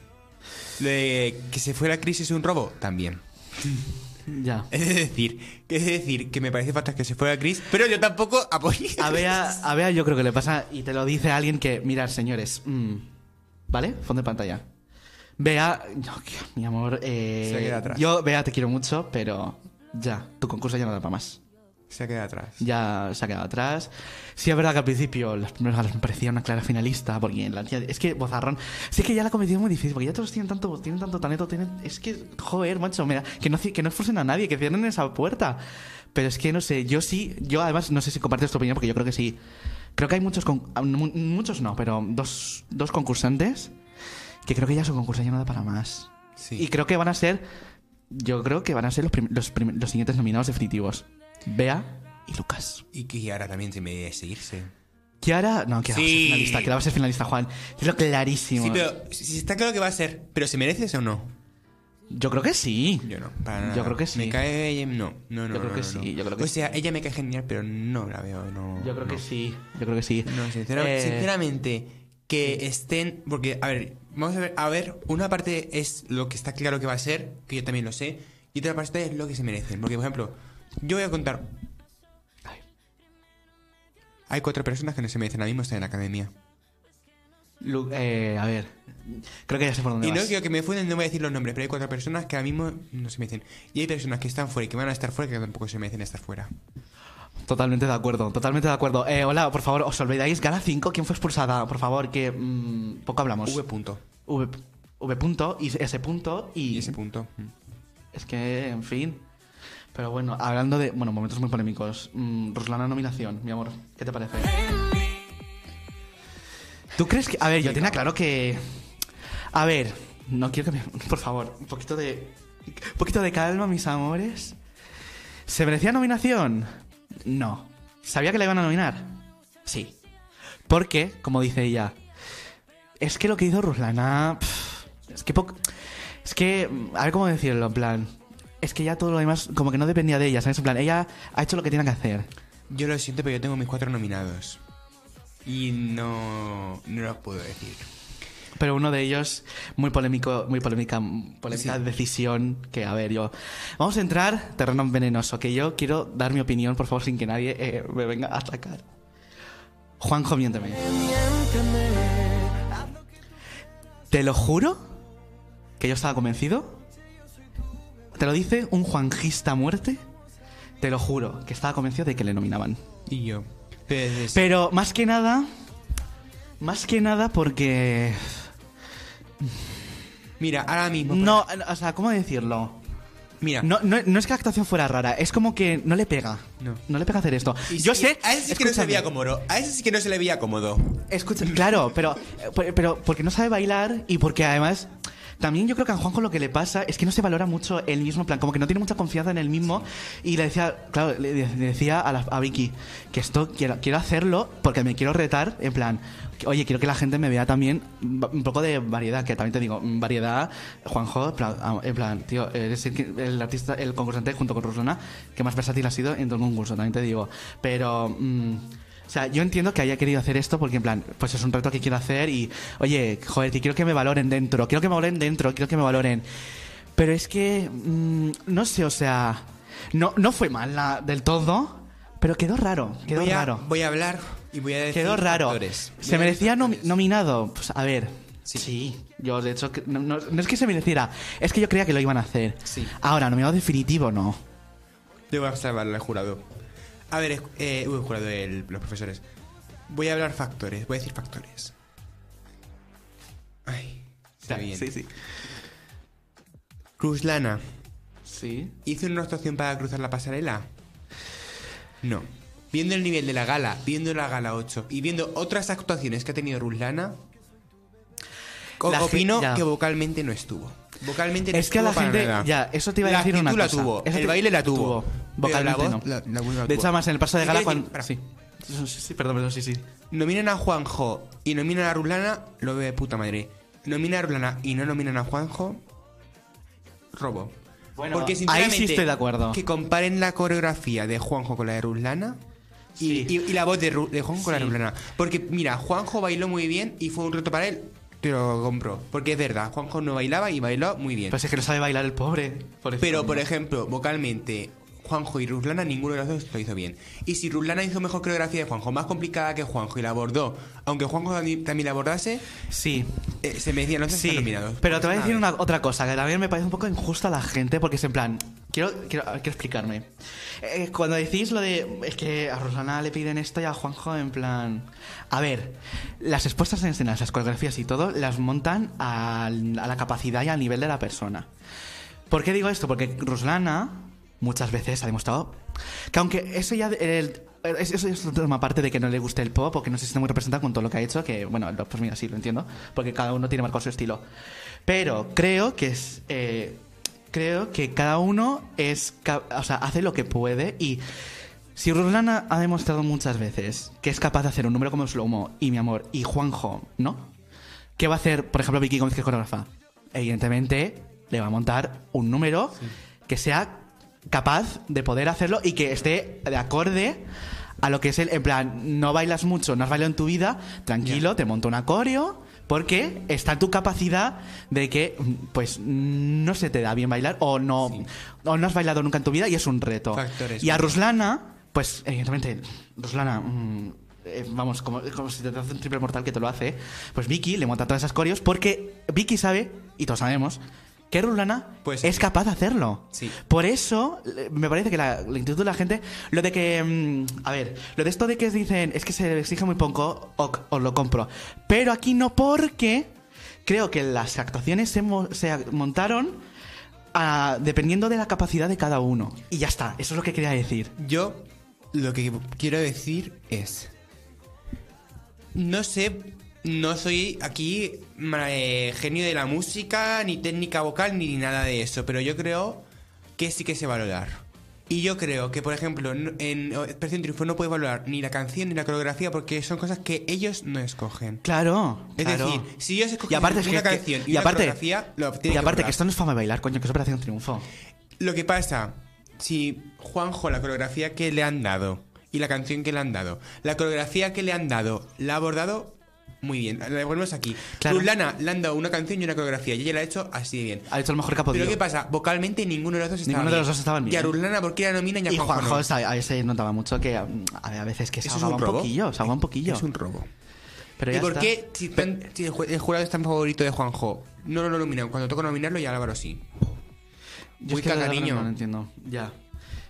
B: Lo de que se fue la crisis un robo, también.
A: Ya.
B: Es decir, es decir, que me parece fatal que se fuera la crisis, pero yo tampoco apoyo.
A: A Bea, a Bea yo creo que le pasa y te lo dice alguien que, mirad, señores, mm, ¿vale? Fondo de pantalla. Bea, no, que- mi amor, eh,
B: Se queda atrás.
A: yo Bea te quiero mucho, pero ya, tu concurso ya no da para más.
B: Se ha quedado atrás.
A: Ya se ha quedado atrás. Sí, es verdad que al principio las primeras galas me parecía una clara finalista, porque en la tía- es que Bozarrón, sí que ya la competición es muy difícil, porque ya todos tienen tanto, tienen tanto talento, tienen, es que, joder, macho, mira, que no, ci- que no expulsen a nadie, que cierren esa puerta. Pero es que no sé, yo sí, yo además no sé si compartes tu opinión, porque yo creo que sí. Creo que hay muchos, con- ah, mu- muchos no, pero dos, dos concursantes que creo que ya su concurso ya no da para más.
B: Sí.
A: Y creo que van a ser, yo creo que van a ser los, prim- los, prim- los siguientes nominados definitivos. Bea y Lucas.
B: Y que ahora también se me debe seguirse.
A: Kiara, no, Kiara va a ser
B: Sí.
A: finalista, Kiara va a ser finalista, Juan. Es lo clarísimo.
B: Sí, pero sí, sí, está claro que va a ser. Pero ¿se merece eso o no?
A: Yo creo que sí.
B: Yo no, para nada.
A: Yo creo que sí.
B: Me cae ella. No, no, no.
A: Yo creo
B: no,
A: que
B: no, no.
A: sí, yo creo que
B: O sea, ella me cae genial, pero no la veo. No,
A: Yo creo que
B: no.
A: sí. Yo creo que sí.
B: No, sincera-
A: Eh,
B: sinceramente, que estén. Porque, a ver, vamos a ver. A ver, una parte es lo que está claro que va a ser, que yo también lo sé. Y otra parte es lo que se merecen. Porque, por ejemplo, yo voy a contar.
A: Ay.
B: Hay cuatro personas que no se merecen. Ahora mismo están en la academia.
A: Lu- eh, a ver. Creo que ya sé por dónde
B: Y no
A: vas.
B: quiero que me funden, no voy a decir los nombres, pero hay cuatro personas que ahora mismo no se merecen. Y hay personas que están fuera y que van a estar fuera que tampoco se merecen estar fuera.
A: Totalmente de acuerdo, totalmente de acuerdo. Eh, hola, por favor, ¿os olvidáis? Gala 5, ¿quién fue expulsada? Por favor, que mm, poco hablamos.
B: V punto.
A: V, v punto, y S punto y...
B: Y ese punto. mm.
A: Es que, en fin. Pero bueno, hablando de... Bueno, momentos muy polémicos. Mm, Ruslana nominación, mi amor. ¿Qué te parece? ¿Tú crees que...? A ver, yo tenía claro que... A ver, no quiero que me... Por favor, un poquito de... Un poquito de calma, mis amores. ¿Se merecía nominación? No. ¿Sabía que la iban a nominar? Sí. Porque, como dice ella, es que lo que hizo Ruslana... pf, es que poco... Es que, mm, a ver cómo decirlo, en plan... Es que ya todo lo demás como que no dependía de ella, ¿sabes? En plan, ella ha hecho lo que tiene que hacer.
B: Yo lo siento, pero yo tengo mis cuatro nominados. Y no, no lo puedo decir.
A: Pero uno de ellos, muy polémico, muy polémica, polémica
B: Sí.
A: decisión que, a ver, yo... Vamos a entrar terreno venenoso, que yo quiero dar mi opinión, por favor, sin que nadie eh, me venga a atacar. Juanjo, miénteme. Te lo juro que yo estaba convencido. Te lo dice un juanjista a muerte. Te lo juro que estaba convencido de que le nominaban.
B: Y yo. Pero, desde-
A: Pero más que nada, más que nada porque
B: mira, ahora mismo. por-
A: no, o sea, ¿cómo decirlo?
B: Mira.
A: No, no, no es que la actuación fuera rara, es como que no le pega.
B: No.
A: le pega hacer esto.
B: Y
A: Yo
B: sí,
A: sé.
B: A ese sí que no se
A: escúchame,
B: veía cómodo. A ese sí que no se le veía cómodo.
A: escucha- claro, pero, pero, pero porque no sabe bailar y porque además. También yo creo que a Juanjo lo que le pasa es que no se valora mucho el mismo en plan, como que no tiene mucha confianza en el mismo. Y le decía, claro, le, de- le decía a, la- a Vicky que esto quiero, quiero hacerlo porque me quiero retar, en plan, que, oye, quiero que la gente me vea también va- un poco de variedad, que también te digo, mm, variedad, Juanjo, en plan, ah, en plan, tío, eres el, que- el artista, el concursante junto con Ruslana que más versátil ha sido en todo el concurso, también te digo. Pero... mm, o sea, yo entiendo que haya querido hacer esto porque, en plan, pues es un reto que quiero hacer y, oye, joder, que quiero que me valoren dentro, quiero que me valoren dentro, quiero que me valoren. Pero es que, mm, no sé, o sea, no, no fue mal la- del todo, pero quedó raro, quedó
B: voy, a,
A: raro.
B: voy a hablar y voy a decir.
A: Quedó raro.
B: factores. Voy
A: ¿Se
B: a decir
A: merecía nom-
B: factores.
A: nominado? Pues a ver.
B: Sí.
A: Sí. Yo, de hecho, que- no, no- no es que se mereciera, es que yo creía que lo iban a hacer.
B: Sí.
A: Ahora, nominado definitivo, no.
B: Yo voy a salvarlo al jurado. A ver, escu- eh, uy, jurado, el- los profesores. Voy a hablar factores, voy a decir factores. Ay, está bien.
A: Sí, sí.
B: Ruslana,
A: Sí.
B: ¿hizo una actuación para cruzar la pasarela? No. Viendo el nivel de la gala, viendo la gala 8 y viendo otras actuaciones que ha tenido Ruslana, co-
A: La gen-
B: opino
A: ya.
B: que vocalmente no estuvo. Vocalmente no
A: Es que a
B: estuvo
A: la
B: para
A: gente.
B: nada.
A: Ya, eso te iba a
B: La
A: decir una
B: actitud
A: cosa.
B: la tuvo,
A: Eso
B: el
A: te-
B: baile la tuvo. pero la
A: Vocalmente
B: voz,
A: no.
B: la- la voz no
A: de
B: tuvo.
A: hecho, además en el paso de
B: Y
A: gala
B: quiero decir-
A: cuando.
B: para.
A: Sí. sí, sí, perdón, perdón, sí, sí.
B: Nominan a Juanjo y nominan a Rulana, lo veo de puta madre. Nominan a Rulana y no nominan a Juanjo, robo.
A: Bueno,
B: Porque
A: ahí sí
B: sinceramente,
A: estoy de acuerdo.
B: Que comparen la coreografía de Juanjo con la de Rulana y,
A: Sí.
B: y- y la voz de, Ru- de Juanjo con la de
A: Sí.
B: Rulana. Porque mira, Juanjo bailó muy bien y fue un reto para él. Te lo compro. Porque es verdad, Juanjo no bailaba y bailó muy bien.
A: Pero si es que no sabe bailar el pobre. pobrecito.
B: Pero, por e- ejemplo, vocalmente, Juanjo y Ruslana, ninguno de los dos lo hizo bien. Y si Ruslana hizo mejor coreografía de Juanjo, más complicada que Juanjo, y la abordó, aunque Juanjo también también la abordase,
A: Sí.
B: eh, se me decía, no te
A: Sí,
B: nominados. Pues
A: pero te voy a decir
B: Nada.
A: una, otra cosa que también me parece un poco injusta a la gente porque es en plan. Quiero, quiero, a ver, quiero explicarme. Eh, cuando decís lo de. Es que a Rosana le piden esto y a Juanjo en plan. A ver, las expuestas en escenas, las coreografías y todo, las montan al- a la capacidad y al nivel de la persona. ¿Por qué digo esto? Porque Ruslana muchas veces ha demostrado que aunque eso ya... el- es- eso es otra parte de que no le guste el pop o que no se siente muy representado con todo lo que ha hecho, que bueno, lo- pues mira, sí, lo entiendo, porque cada uno tiene marcado su estilo. Pero creo que es... eh, creo que cada uno es... ca- O sea, hace lo que puede y... Si Ruslana ha demostrado muchas veces que es capaz de hacer un número como Slow-Mo y mi amor y Juanjo, ¿no? ¿Qué va a hacer, por ejemplo, Vicky Gómez, que es coreógrafa? Evidentemente, le va a montar un número que sea capaz de poder hacerlo y que esté de acorde a lo que es el. En plan, no bailas mucho, no has bailado en tu vida, tranquilo, te monto un acorio. Porque está tu capacidad de que, mm, pues, no se te da bien bailar o no, o no has bailado nunca en tu vida y es un reto.
B: Factores,
A: y a
B: ¿no?
A: Ruslana, pues, evidentemente, Ruslana, mm, eh, vamos, como, como si te hace un triple mortal que te lo hace, pues Vicky le monta todas esas coreos porque Vicky sabe, y todos sabemos, que Ruslana
B: Pues
A: es
B: sí.
A: capaz de hacerlo.
B: Sí.
A: Por eso, le- me parece que la, la inquietud de la gente, lo de que, mm, a ver, lo de esto de que dicen, es que se exige muy poco, ok, os lo compro. Pero aquí no porque creo que las actuaciones se, mo- se montaron ah, dependiendo de la capacidad de cada uno. Y ya está, eso es lo que quería decir.
B: Yo lo que quiero decir es. No sé, no soy aquí ma- eh, genio de la música, ni técnica vocal, ni nada de eso, pero yo creo que sí que sé valorar. Y yo creo que, por ejemplo, n- en Expresión Triunfo no puedes valorar ni la canción ni la coreografía porque son cosas que ellos no escogen.
A: Claro,
B: Es
A: claro.
B: decir, si ellos
A: y
B: escogen
A: aparte es
B: una
A: que- que-
B: canción y,
A: y
B: una
A: aparte,
B: coreografía, lo tienen
A: y
B: que
A: aparte que
B: valorar.
A: esto no es fama de bailar, coño, que es Operación Triunfo.
B: Lo que pasa, si Juanjo, la coreografía que le han dado y la canción que le han dado, la coreografía que le han dado, la ha abordado muy bien. La devolvemos aquí.
A: Claro.
B: Ruslana le han dado una canción y una coreografía y ella la ha hecho así de bien.
A: Ha hecho el mejor que ha
B: Pero
A: podido.
B: ¿qué pasa? Vocalmente ninguno de los dos estaba
A: Ninguno de
B: bien.
A: los dos estaban bien.
B: Y a Ruslana, ¿por qué la nominan y a
A: Y
B: Juanjo,
A: Juanjo
B: no?
A: sabe- a veces notaba mucho que mm, a ver, a veces que se
B: Eso es
A: ahogaba
B: un
A: un,
B: robo.
A: poquillo, se ahogaba un poquillo.
B: Es un robo.
A: Pero
B: ¿Y
A: ya
B: por
A: está.
B: qué si, tan- si el ju- el jurado es tan favorito de Juanjo? No lo nominan. Cuando toca nominarlo, ya Álvaro sí.
A: Yo
B: Muy
A: es que de verdad
B: cagariño.
A: No, lo entiendo. Ya.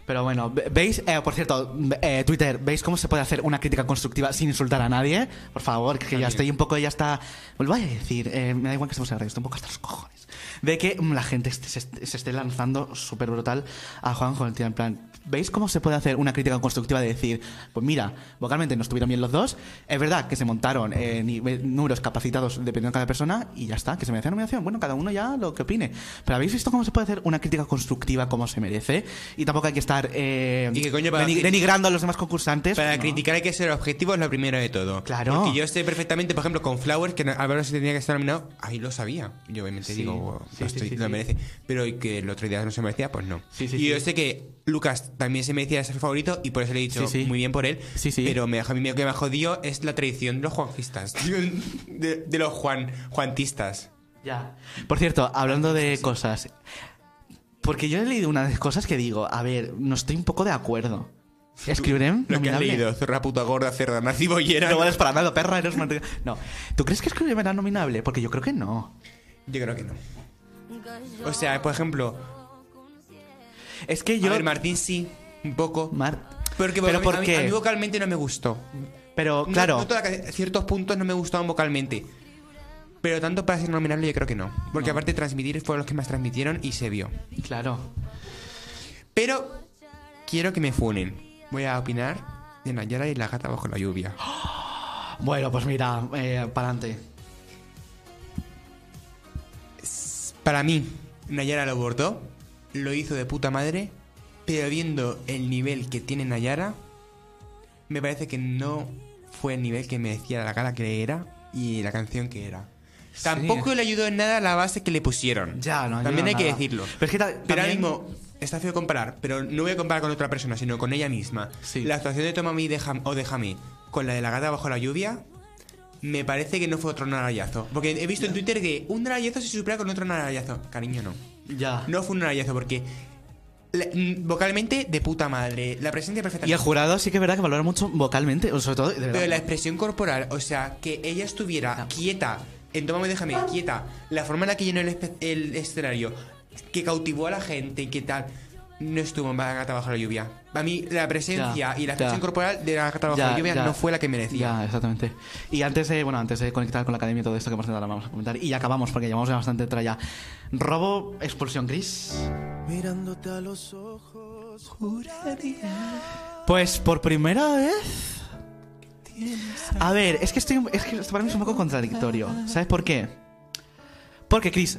A: Pero bueno, ve- ¿veis? Eh, por cierto, eh, Twitter, ¿veis cómo se puede hacer una crítica constructiva sin insultar a nadie? Por favor, que ya
B: También.
A: estoy un poco, ya está. Os Lo voy a decir, eh, me da igual que estemos en la radio, estoy un poco hasta los cojones. De que mm, la gente este- se, est- se esté lanzando súper brutal a Juanjo, el tío, en plan. ¿Veis cómo se puede hacer una crítica constructiva de decir, pues mira, vocalmente no estuvieron bien los dos? Es verdad que se montaron eh, nive- números capacitados dependiendo de cada persona y ya está, que se merece nominación. Bueno, cada uno ya lo que opine. Pero ¿habéis visto cómo se puede hacer una crítica constructiva como se merece? Y tampoco hay que estar eh,
B: ¿Y qué coño para-
A: deni- denigrando a los demás concursantes.
B: Para
A: No.
B: criticar hay que ser objetivo, es lo primero de todo.
A: Claro.
B: Porque yo sé perfectamente, por ejemplo, con Flowers, que Álvaro se tenía que estar nominado, ahí lo sabía. Yo obviamente
A: Sí.
B: digo, wow,
A: Sí,
B: no
A: sí,
B: estoy-
A: sí,
B: lo
A: sí.
B: merece. Pero y que el otro día no se merecía, pues no.
A: Sí, sí,
B: y
A: sí.
B: yo sé que Lucas también se merecía ser favorito y por eso le he dicho
A: Sí, sí.
B: muy bien por él.
A: Sí, sí.
B: Pero me, a mí lo que me jodido es la tradición de los juanjistas. De, de los juan, juantistas.
A: Ya. Por cierto, hablando de cosas. Porque yo he leído unas cosas que digo, a ver, no estoy un poco de acuerdo. Escribiré
B: Lo que has
A: nominable?
B: leído, zorra puta gorda, cerda, nazi bollera.
A: No vales para nada, perra, eres una- No. ¿Tú crees que Escribirem era nominable? Porque yo creo que no.
B: Yo creo que no. O sea, por ejemplo,
A: Es que yo.
B: a ver, Martín sí, un poco.
A: Mar-
B: Porque
A: Pero
B: a mí-
A: ¿por
B: a mí-
A: qué?
B: a mí vocalmente no me gustó.
A: Pero
B: No-
A: claro.
B: no toda la ca- ciertos puntos no me gustaban vocalmente. Pero tanto para ser nominable yo creo que no. Porque aparte transmitir fueron los que más transmitieron y se vio.
A: Claro.
B: Pero quiero que me funen. Voy a opinar de Nayara y la gata bajo la lluvia.
A: Bueno, pues mira, eh, para adelante.
B: Para mí, Nayara lo bordó, lo hizo de puta madre, pero viendo el nivel que tiene Nayara, me parece que no fue el nivel que merecía la gala que era y la canción que era. Tampoco le ayudó en nada la base que le pusieron.
A: Ya, no, yo
B: También
A: no
B: hay que
A: nada.
B: decirlo.
A: Pero es que ta-
B: Pero ahora
A: también-
B: mismo está feo comparar, pero no voy a comparar con otra persona, sino con ella misma.
A: Sí.
B: La actuación de Tomami Déjam- o Déjame con la de la gata bajo la lluvia me parece que no fue otro narayazo. Porque he visto en Twitter que un narayazo se supera con otro narayazo. Cariño, no.
A: Ya.
B: No fue un narayazo porque la- mm, vocalmente de puta madre. La presencia perfecta.
A: Y el jurado sí que es verdad que valora mucho vocalmente, o sobre todo. de verdad.
B: Pero la expresión corporal, o sea, que ella estuviera quieta, en Tómame, déjame, quieta, la forma en la que llenó el, espe- el escenario, que cautivó a la gente y que tal, no estuvo en la gata bajo la lluvia. A mí la presencia
A: Ya,
B: y
A: ya.
B: la expresión corporal de la gata bajo
A: Ya,
B: la lluvia
A: ya.
B: no fue la que merecía.
A: Ya, exactamente. Y antes de, bueno, antes de conectar con la academia y todo esto que hemos ahora vamos a comentar. Y ya acabamos porque llevamos ya bastante tralla. Robo, expulsión gris.
D: Mirándote a los ojos,
A: Pues por primera vez. A ver, es que estoy. Es que esto para mí es un poco contradictorio. ¿Sabes por qué? Porque, Chris,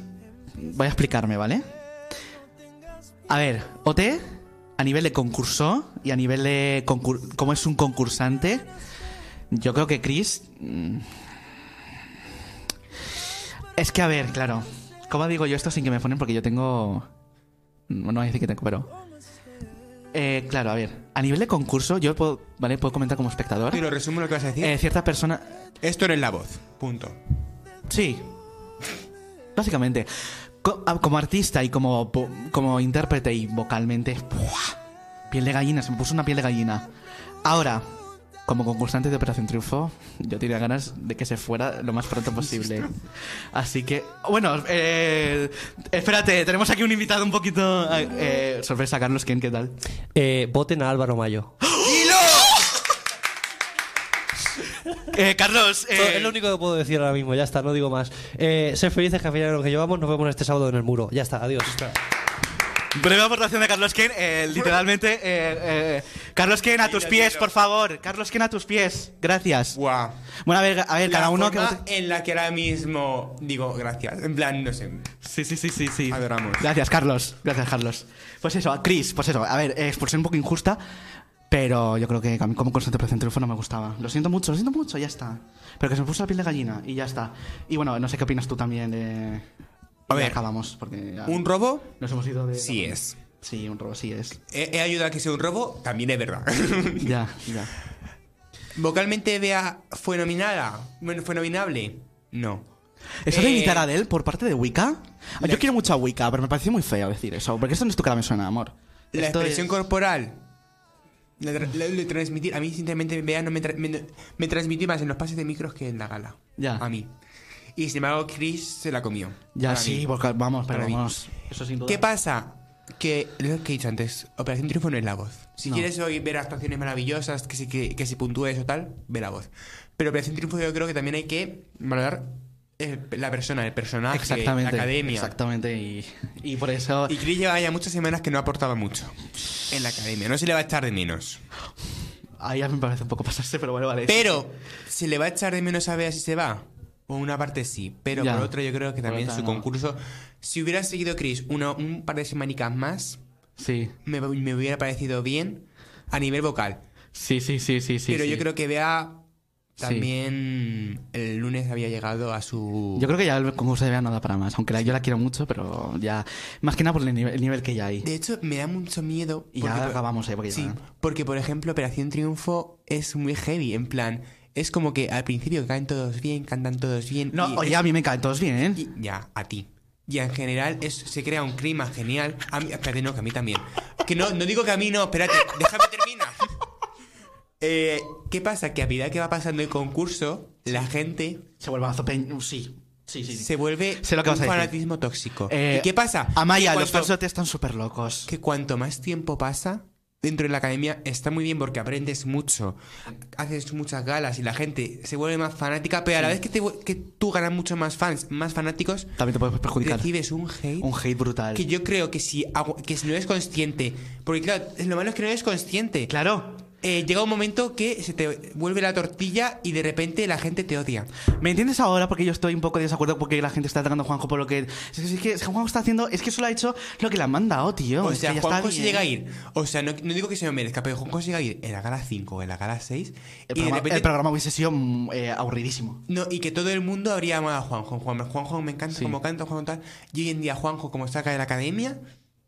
A: voy a explicarme, ¿vale? A ver, OT, a nivel de concurso y a nivel de concur- cómo es un concursante, yo creo que Chris. mm, Es que, a ver, claro. ¿Cómo digo yo esto sin que me ponen? Porque yo tengo. No voy a decir que tengo, pero. Eh, claro, a ver. A nivel de concurso, yo puedo, ¿vale? puedo comentar como espectador.
B: Te lo resumo lo que vas a decir.
A: Eh, cierta persona.
B: Esto no es la voz. Punto.
A: Sí. Básicamente. Co- a- Como artista y como, po- como intérprete y vocalmente. ¡buah! Piel de gallina, se me puso una piel de gallina. Ahora, como concursante de Operación Triunfo, yo tenía ganas de que se fuera lo más pronto posible. Así que, bueno, eh, espérate, tenemos aquí un invitado un poquito. eh, sorpresa, Carlos, ¿quién? ¿Qué tal?
E: Eh, voten a Álvaro Mayo.
A: Eh, Carlos, eh,
E: Es lo único que puedo decir ahora mismo, ya está, no digo más. Eh, sed felices que al final lo que llevamos nos vemos este sábado en el muro. Ya está, adiós.
A: Breve aportación de Carlos Ken, eh, literalmente. eh, eh, Carlos Ken, a tus pies, por favor. Carlos Ken, a tus pies. Gracias.
B: Buah.
A: Bueno, a ver, a ver,
B: La
A: cada uno que
B: forma
A: vote-
B: en la que ahora mismo digo gracias. En plan, no sé.
A: Sí, sí, sí, sí, sí.
B: Adoramos.
A: Gracias, Carlos. Gracias, Carlos. Pues eso, Chris, pues eso. A ver, eh, expulsión un poco injusta, pero yo creo que a mí como constante presente no me gustaba. Lo siento mucho, lo siento mucho, ya está. Pero que se me puso la piel de gallina y ya está. Y bueno, no sé qué opinas tú también de...
B: A
A: y
B: ver,
A: acabamos, porque ya
B: ¿Un robo?
A: nos hemos ido de...
B: Sí es.
A: Sí, un robo, sí es.
B: He, he ayudado a que sea un robo, también es verdad.
A: ya, ya.
B: ¿Vocalmente Bea fue nominada? Bueno, ¿Fue nominable? No.
A: ¿Eso de
B: Eh,
A: imitar a Adele por parte de Wicca? Ah,
B: la-
A: Yo quiero mucho a Wicca, pero me parece muy feo decir eso. Porque esto no es tu cara me suena, amor.
B: La
A: Esto
B: expresión
A: es-
B: corporal. La, tra- la- lo transmitir. A mí, sinceramente, Bea no me, tra- me, me transmitió más en los pases de micros que en la gala.
A: Ya.
B: A mí. Y sin embargo, Chris se la comió.
A: Ya
B: Para
A: sí,
B: mí.
A: porque vamos, pero
B: Para mí.
A: vamos. Eso sin duda.
B: ¿Qué pasa? Que lo que he dicho antes, Operación Triunfo no es la voz. Si
A: No.
B: quieres hoy ver actuaciones maravillosas, que si, que, que si puntúes o tal, ve la voz. Pero Operación Triunfo yo creo que también hay que valorar eh, la persona, el
A: Ah,
B: personaje,
A: Exactamente.
B: la academia.
A: Exactamente. Y, y por eso.
B: Y Chris lleva ya muchas semanas que no ha aportado mucho en la academia. No se le va a echar de menos.
A: Ahí ya me parece un poco pasarse, pero bueno, vale.
B: Pero, ¿se le va a echar de menos a Bea si se va? Por una parte sí, pero
A: Ya.
B: por otra yo creo que
A: Por
B: también
A: otra
B: su
A: no.
B: concurso... Si hubiera seguido Chris una, un par de semanicas más,
A: Sí.
B: me, me hubiera parecido bien a nivel vocal.
A: Sí, sí, sí, sí. sí
B: pero
A: sí.
B: yo creo que Bea
A: Sí.
B: también el lunes había llegado a su...
A: Yo creo que ya el concurso de Bea no da para más. Aunque la- yo la quiero mucho, pero ya. Más que nada por el nivel, el nivel que ya hay.
B: De hecho, me da mucho miedo.
A: Y ya
B: porque-
A: acabamos, ¿eh? Porque ya-
B: Sí, porque por ejemplo, Operación Triunfo es muy heavy. En plan, es como que al principio caen todos bien, cantan todos bien.
A: No,
B: y
A: oye, a mí me caen todos bien, ¿eh?
B: Y- ya, a ti. Y en general es- se crea un clima genial. A mí, espérate, no, que a mí también. Que no, no digo que a mí no, espérate, déjame terminar. Eh, ¿Qué pasa? Que a medida que va pasando el concurso, la gente
A: Se vuelve a zopeño. Sí. Sí, sí. sí.
B: se vuelve
A: Sé lo que
B: un
A: vas a decir.
B: fanatismo tóxico.
A: Eh,
B: ¿Y qué pasa?
A: Amaya,
B: Que
A: los
B: cuanto-
A: fans de están súper locos.
B: que cuanto más tiempo pasa dentro de la academia está muy bien porque aprendes mucho, haces muchas galas y la gente se vuelve más fanática, pero a la vez que, te vu- que tú ganas mucho más fans, más fanáticos,
A: También te puedes perjudicar.
B: recibes un hate.
A: Un hate brutal.
B: que yo creo que si, agu- que si no eres consciente, porque claro, lo malo es que no eres consciente.
A: Claro.
B: Eh, llega un momento que se te vuelve la tortilla y de repente la gente te odia.
A: ¿Me entiendes ahora? Porque yo estoy un poco de desacuerdo porque la gente está atacando a Juanjo por lo que. Es que, es que Juanjo está haciendo. Es que solo ha hecho lo que le han mandado, tío.
B: O
A: Es
B: sea,
A: que ya está
B: Juanjo se
A: bien.
B: llega a ir. O sea, no, no digo que se lo merezca, pero Juanjo se llega a ir en la gala 5 o en la gala
A: El
B: 6. y de
A: programa, el
B: repente
A: programa hubiese sido mm, eh, aburridísimo.
B: No, y que todo el mundo habría amado a Juanjo. Juanjo, Juanjo me encanta
A: Sí.
B: como canta, Juanjo tal. Y hoy en día Juanjo, como saca de la academia,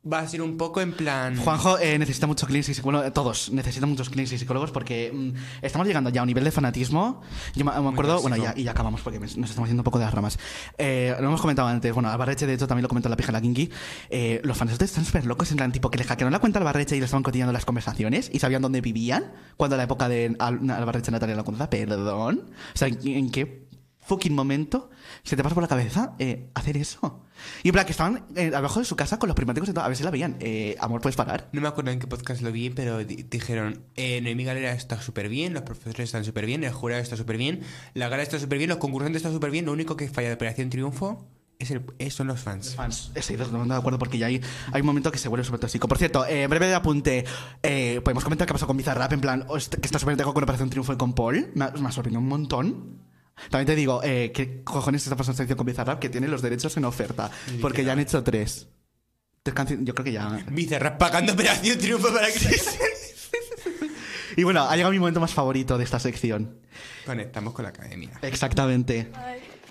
B: va a ser un poco en plan...
A: Juanjo eh, necesita muchos clínicos y psicólogos. eh, Todos necesitan muchos clínicos y psicólogos porque mm, estamos llegando ya a un nivel de fanatismo. Yo me, me acuerdo.
B: tóxico.
A: Bueno, ya, y ya acabamos porque me- nos estamos yendo un poco de las ramas. Eh, lo hemos comentado antes. Bueno, Albarreche, de hecho, también lo comentó la pija la Kinky. Eh, los fans de están súper locos en plan tipo que le hackearon la cuenta a Albarreche y le estaban cotillando las conversaciones y sabían dónde vivían cuando la época de Al- Albarreche Natalia la Conza. Perdón. O sea, ¿en, en qué fucking momento se te pasa por la cabeza eh, hacer eso? Y en plan, que estaban eh, abajo de su casa con los primáticos y todo. A ver si la veían. Eh, amor, ¿puedes parar?
B: No me acuerdo en qué podcast lo vi, pero di- dijeron, eh, Noemí Galera está súper bien, los profesores están súper bien, el jurado está súper bien, la gala está súper bien, los concursantes están súper bien, lo único que falla de Operación Triunfo es el, es- son los fans.
A: fans. Estoy totalmente de acuerdo porque ya hay, hay un momento que se vuelve súper tóxico. Por cierto, eh, breve de apunte. eh, Podemos comentar qué pasó con Bizarrap, en plan, host- que está súper tejo con Operación Triunfo y con Paul. Me, ha- me ha sorprendido un montón. También te digo, eh, ¿qué cojones está pasando esta edición con Bizarrap? Que tiene los derechos en oferta. Porque ya han hecho tres. Tres canciones, yo creo que ya.
B: Bizarrap pagando Operación Triunfo para que...
A: Y bueno, ha llegado mi momento más favorito de esta sección.
B: Conectamos con la academia.
A: Exactamente.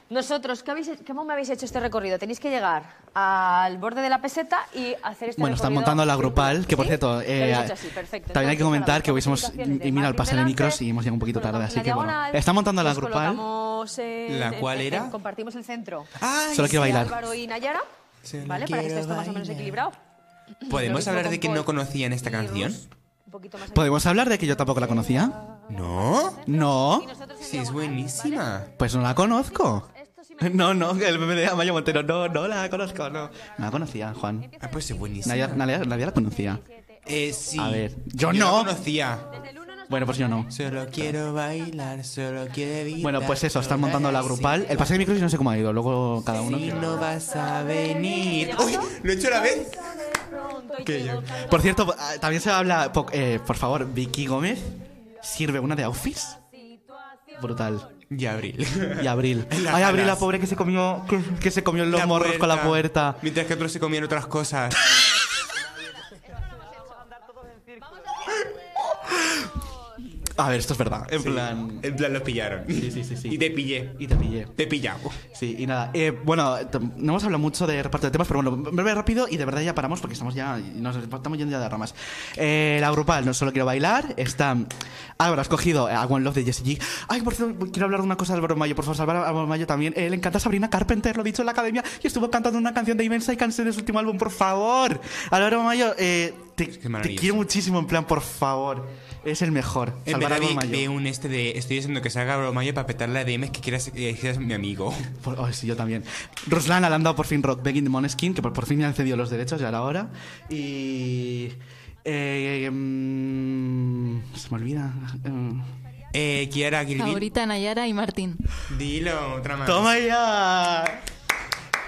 F: Nosotros, ¿qué habéis hecho- ¿cómo me habéis hecho este recorrido? Tenéis que llegar al borde de la peseta y hacer este
A: Bueno, están
F: recorrido.
A: montando la grupal, que por
F: ¿Sí?
A: cierto,
F: Lo
A: eh,
F: habéis hecho así, perfecto.
A: también hay que
F: Entonces,
A: comentar
F: ahora
A: que hubiésemos-
F: presentaciones de
A: y mira, al pasar de
F: Martín
A: micros
F: Velázquez,
A: y hemos llegado un poquito
F: colocamos
A: tarde,
F: en
A: así que bueno.
F: diagonal,
A: Están montando la
F: nos
A: grupal.
F: colocamos en-
B: ¿La
F: en-
B: cuál
F: en-
B: era?
F: compartimos el centro.
B: Ay,
A: Solo Ah, quiero
F: Sí,
A: bailar.
F: Álvaro y Nayara,
B: Solo
F: ¿vale? Para que
B: quiero
F: esté esto más o menos
B: bailar.
F: equilibrado.
B: ¿Podemos
F: Lo
B: hablar
F: mismo
B: de que
F: con
B: no
F: Paul
B: conocían esta
F: y
B: canción?
F: Rus, un poquito más
A: ¿Podemos hablar de que yo tampoco la conocía?
B: No.
A: No.
F: Y nosotros en
B: Sí, es
F: diagonal,
B: buenísima.
A: Pues no la conozco.
F: ¿vale? Esto sí me-
A: No, no, el meme de Amaya Montero. No, no la conozco, no. No la conocía, Juan.
B: Ah, pues es buenísima.
A: Nadie, nadie- nadie la conocía.
B: Eh, sí.
A: A ver, yo
B: la
A: no.
B: conocía.
F: Desde el uno nos
A: Bueno, pues yo no.
B: Solo quiero bailar, solo quiero evitar.
A: Bueno, pues eso, están montando la
B: Sí.
A: grupal. El pase de micros yo no sé cómo ha ido, luego cada uno.
B: Si no vas a venir. ¡Uy! ¡Lo he hecho a la vez!
F: pronto y
B: Que yo.
A: Por cierto, ah, también se habla, po- eh, por favor, Vicky Gómez sirve una de Office. Brutal.
B: Y abril.
A: Y Abril.
B: Las
A: Ay, Abril, la
B: alas.
A: pobre que se comió, que, que se comió los
B: La
A: morros con la
B: puerta.
A: puerta.
B: Mientras que otros se comían otras cosas.
A: A ver, esto es verdad. En plan.
B: En plan, los pillaron.
A: Sí, sí, sí, sí.
B: Y te pillé.
A: Y te pillé.
B: Te pillamos.
A: Sí, y nada. Eh, bueno, t- no hemos hablado mucho de reparto de temas, pero bueno, breve rápido y de verdad ya paramos porque estamos ya nos estamos yendo ya de ramas. Eh, la grupal, no solo quiero bailar, está Álvaro, has cogido eh, I Want Love de Jessie G. Ay, por cierto, quiero hablar de una cosa de Álvaro Mayo, por favor, salvar a Álvaro Mayo también. Eh, le encanta Sabrina Carpenter, lo he dicho en la academia, y estuvo cantando una canción de Immensa y cansé de su último álbum, por favor. Álvaro Mayo, eh, te,
B: que
A: te
B: maravilloso.
A: quiero muchísimo, en plan, por favor. Es el mejor.
B: En
A: Salvar a Álvaro
B: verdad
A: Mayo.
B: vi, vi un este de. Estoy diciendo que salga Bromayo para petar la DM que quieras que seas mi amigo.
A: Por- oh, sí, yo también. Ruslana le han dado por fin Rock Begging the Moneskin, que por, por fin le han cedido los derechos, ya era hora. Y. eh, mm, se me olvida. Eh,
B: Eh, Kiara Kilvin.
G: Ahorita Nayara y Martín.
B: Dilo, otra más.
A: ¡Toma ya!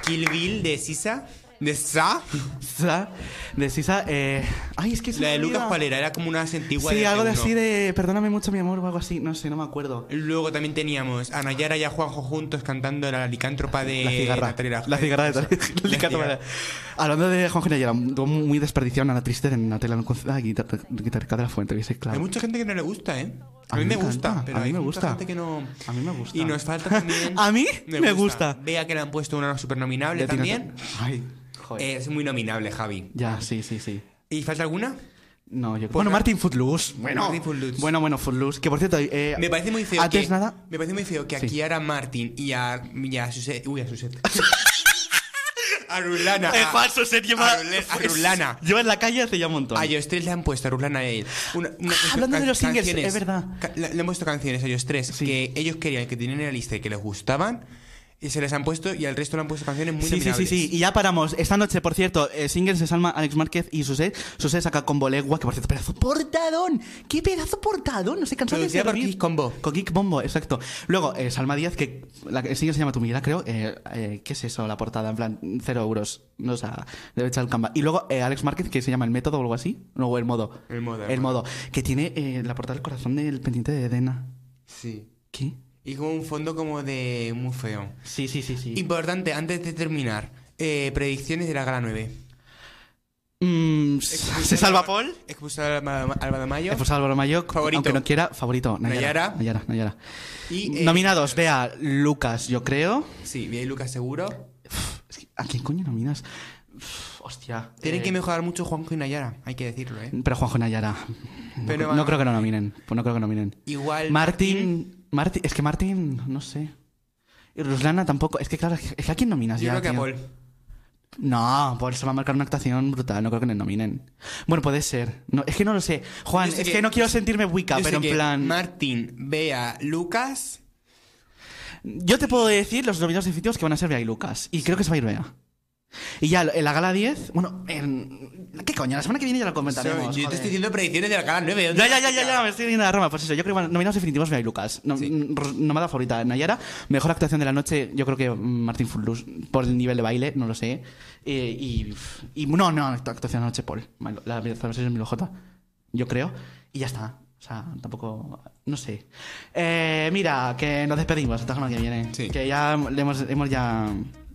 B: Kill Bill de Sisa. De Sa.
A: Sa- De Sisa. eh, ay, es que se
B: La
A: me
B: de Lucas,
A: olvida.
B: ¿cuál era? Era como una antigua.
A: Sí, algo de
B: F1.
A: así de. Perdóname mucho, mi amor, o algo así. No sé, no me acuerdo.
B: Luego también teníamos a Nayara y a Juanjo juntos cantando la licántropa de
A: La cigarra.
B: Natalia Lafourcade.
A: La cigarra de
B: Eh, Eso. La cigarra.
A: Tariq. Hablando de Juan Genayera, muy desperdiciado una triste en la tele. Ah, guitarra guitarra de la fuente, hubiese
B: Hay
A: claro.
B: mucha gente que no le gusta, ¿eh? A,
A: A
B: mí,
A: mí
B: me
A: me
B: gusta,
A: encanta,
B: pero
A: a mí
B: hay
A: me
B: mucha
A: gusta.
B: gente que no.
A: A mí me gusta.
B: Y nos falta también.
A: A mí me gusta.
B: Vea que le han puesto una super
A: Ya
B: nominable
A: tiene-
B: también.
A: Ay, joder.
B: Es muy nominable, Javi.
A: ya, sí, sí, sí.
B: ¿Y falta alguna?
A: No, yo Bueno,
B: no.
A: Martin Footloose. Bueno,
B: Martin Footloose.
A: bueno, bueno, Footloose. Que por cierto, eh,
B: Me parece muy feo.
A: Antes
B: que,
A: nada.
B: Me parece muy feo que a
A: Sí.
B: Kiara Martin y a. Y a Suse- uy, a Susette. a Rulana.
A: Eh,
B: a-
A: Juan Soset lleva.
B: a Rule- a Rulana.
A: Lleva en la calle hace ya un montón.
B: A Yostress le han puesto a Rulana y a él. Una, una-
A: Ah, hablando de los singles,
B: canciones.
A: es verdad.
B: Ca- Le, le han puesto canciones a Yostress
A: Sí.
B: que ellos querían, que tenían en la lista y que les gustaban. Y se les han puesto y al resto le han puesto canciones muy
A: Sí, sí, sí,
B: nominables.
A: sí. Y ya paramos. Esta noche, por cierto, eh, singles de Salma, Alex Márquez y Suset. Suset saca con Bolegua, que por cierto, pedazo portadón. ¡Qué pedazo portadón! No se cansa de
B: Producida por
A: servir.
B: Kick Combo.
A: Con Kick Bombo, exacto. Luego, eh, Salma Díaz, que la, el single se llama Tu Mirada, creo. Eh, eh, ¿Qué es eso, la portada? En plan, cero euros. No, o sea, debe echar el camba. Y luego, eh, Alex Márquez, que se llama El Método o algo así. No, o El Modo.
B: El Modo, el
A: El Modo. Que tiene eh, la portada del corazón del pendiente de Edena.
B: Sí.
A: ¿Qué?
B: Y como un fondo como de muy feo.
A: Sí, sí, sí, sí.
B: Importante, antes de terminar, eh, predicciones de la gala 9.
A: Mm, ¿Se salva Paul?
B: Expulsar a Alba- Alba de Mayo.
A: Expulsado Álvaro Mayo, co-
B: Favorito.
A: aunque no quiera, favorito. Nayara.
B: Nayara.
A: Nayara, Nayara.
B: Y, eh,
A: Nominados, vea, Lucas, yo creo.
B: Sí, bien, Lucas seguro.
A: Es que, ¿A quién coño nominas? Uf, hostia. Eh,
B: Tienen que mejorar mucho Juanjo y Nayara, hay que decirlo, ¿eh?
A: Pero Juanjo y Nayara.
B: Pero
A: no,
B: van-
A: no creo que lo nominen. Pues no creo que nominen.
B: Igual.
A: Martín, Martín. Es que Martín, no sé. Y Ruslana tampoco. Es que claro, es que a quién nominas
B: Yo
A: ya.
B: creo que a
A: tío?
B: Paul.
A: No, Paul se va a marcar una actuación brutal. No creo que le nominen. Bueno, puede ser. No, es que no lo sé. Juan,
B: Yo sé
A: es que,
B: que-
A: no quiero sentirme buica,
B: Yo sé
A: pero en
B: que
A: plan.
B: Martín, Bea, Lucas.
A: Yo te puedo decir los nominados definitivos que van a ser Bea y Lucas. Y creo que se va a ir Bea. Y ya, en la gala 10. Bueno, en- ¿qué coño? La semana que viene ya lo
B: yo
A: comentaremos.
B: te
A: joder.
B: estoy diciendo predicciones de la gala 9. ¿dónde
A: Ya, ya, ya,
B: vas,
A: ya, ya, me estoy yendo a la rama. Pues eso, yo creo que van- nominados definitivos Bea y Lucas. No, mm, r- Nomada favorita, Nayara. Mejor actuación de la noche, yo creo que mm, Martín Fulus. Por el nivel de baile, no lo sé. Eh, y, y- No, no, actuación de la noche, Paul. Malo- La versión es Milo J. Yo creo. Y ya está. O sea, tampoco. No sé. Eh, mira, que nos despedimos hasta la semana que viene.
B: Sí.
A: Que ya le hemos, hemos ya.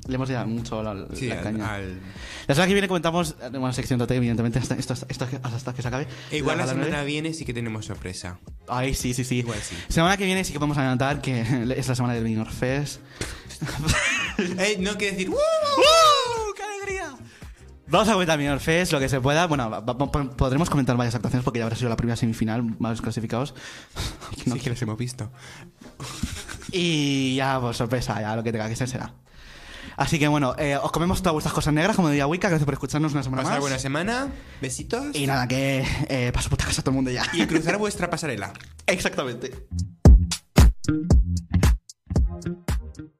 A: Le hemos ya mucho la, la
B: Sí, al-
A: caña.
B: al-
A: La semana que viene comentamos. eh, Bueno, sección de evidentemente, hasta, esto- hasta, hasta que se acabe.
B: E Igual la,
A: gala
B: semana
A: nueve.
B: viene sí que tenemos sorpresa.
A: Ay, sí, sí, sí.
B: Igual sí.
A: Semana que viene sí que podemos adelantar que es la semana del Benidorm Fest.
B: Dios. Eh, no quiere decir. "Uh".
A: ¡Uh! ¡Qué alegría! Vamos a comentar Minor Fest, lo que se pueda. Bueno, va- va- po- podremos comentar varias actuaciones porque ya habrá sido la primera semifinal, malos clasificados.
B: No que les hemos visto.
A: Y ya, por sorpresa, ya lo que tenga que ser será. Así que bueno, eh, os comemos todas vuestras cosas negras, como diría Wicca. Gracias por escucharnos una semana
B: Pasar
A: más.
B: buena semana. Besitos.
A: Y nada, que eh, paso puta casa a todo el mundo ya.
B: y cruzar vuestra pasarela.
A: Exactamente.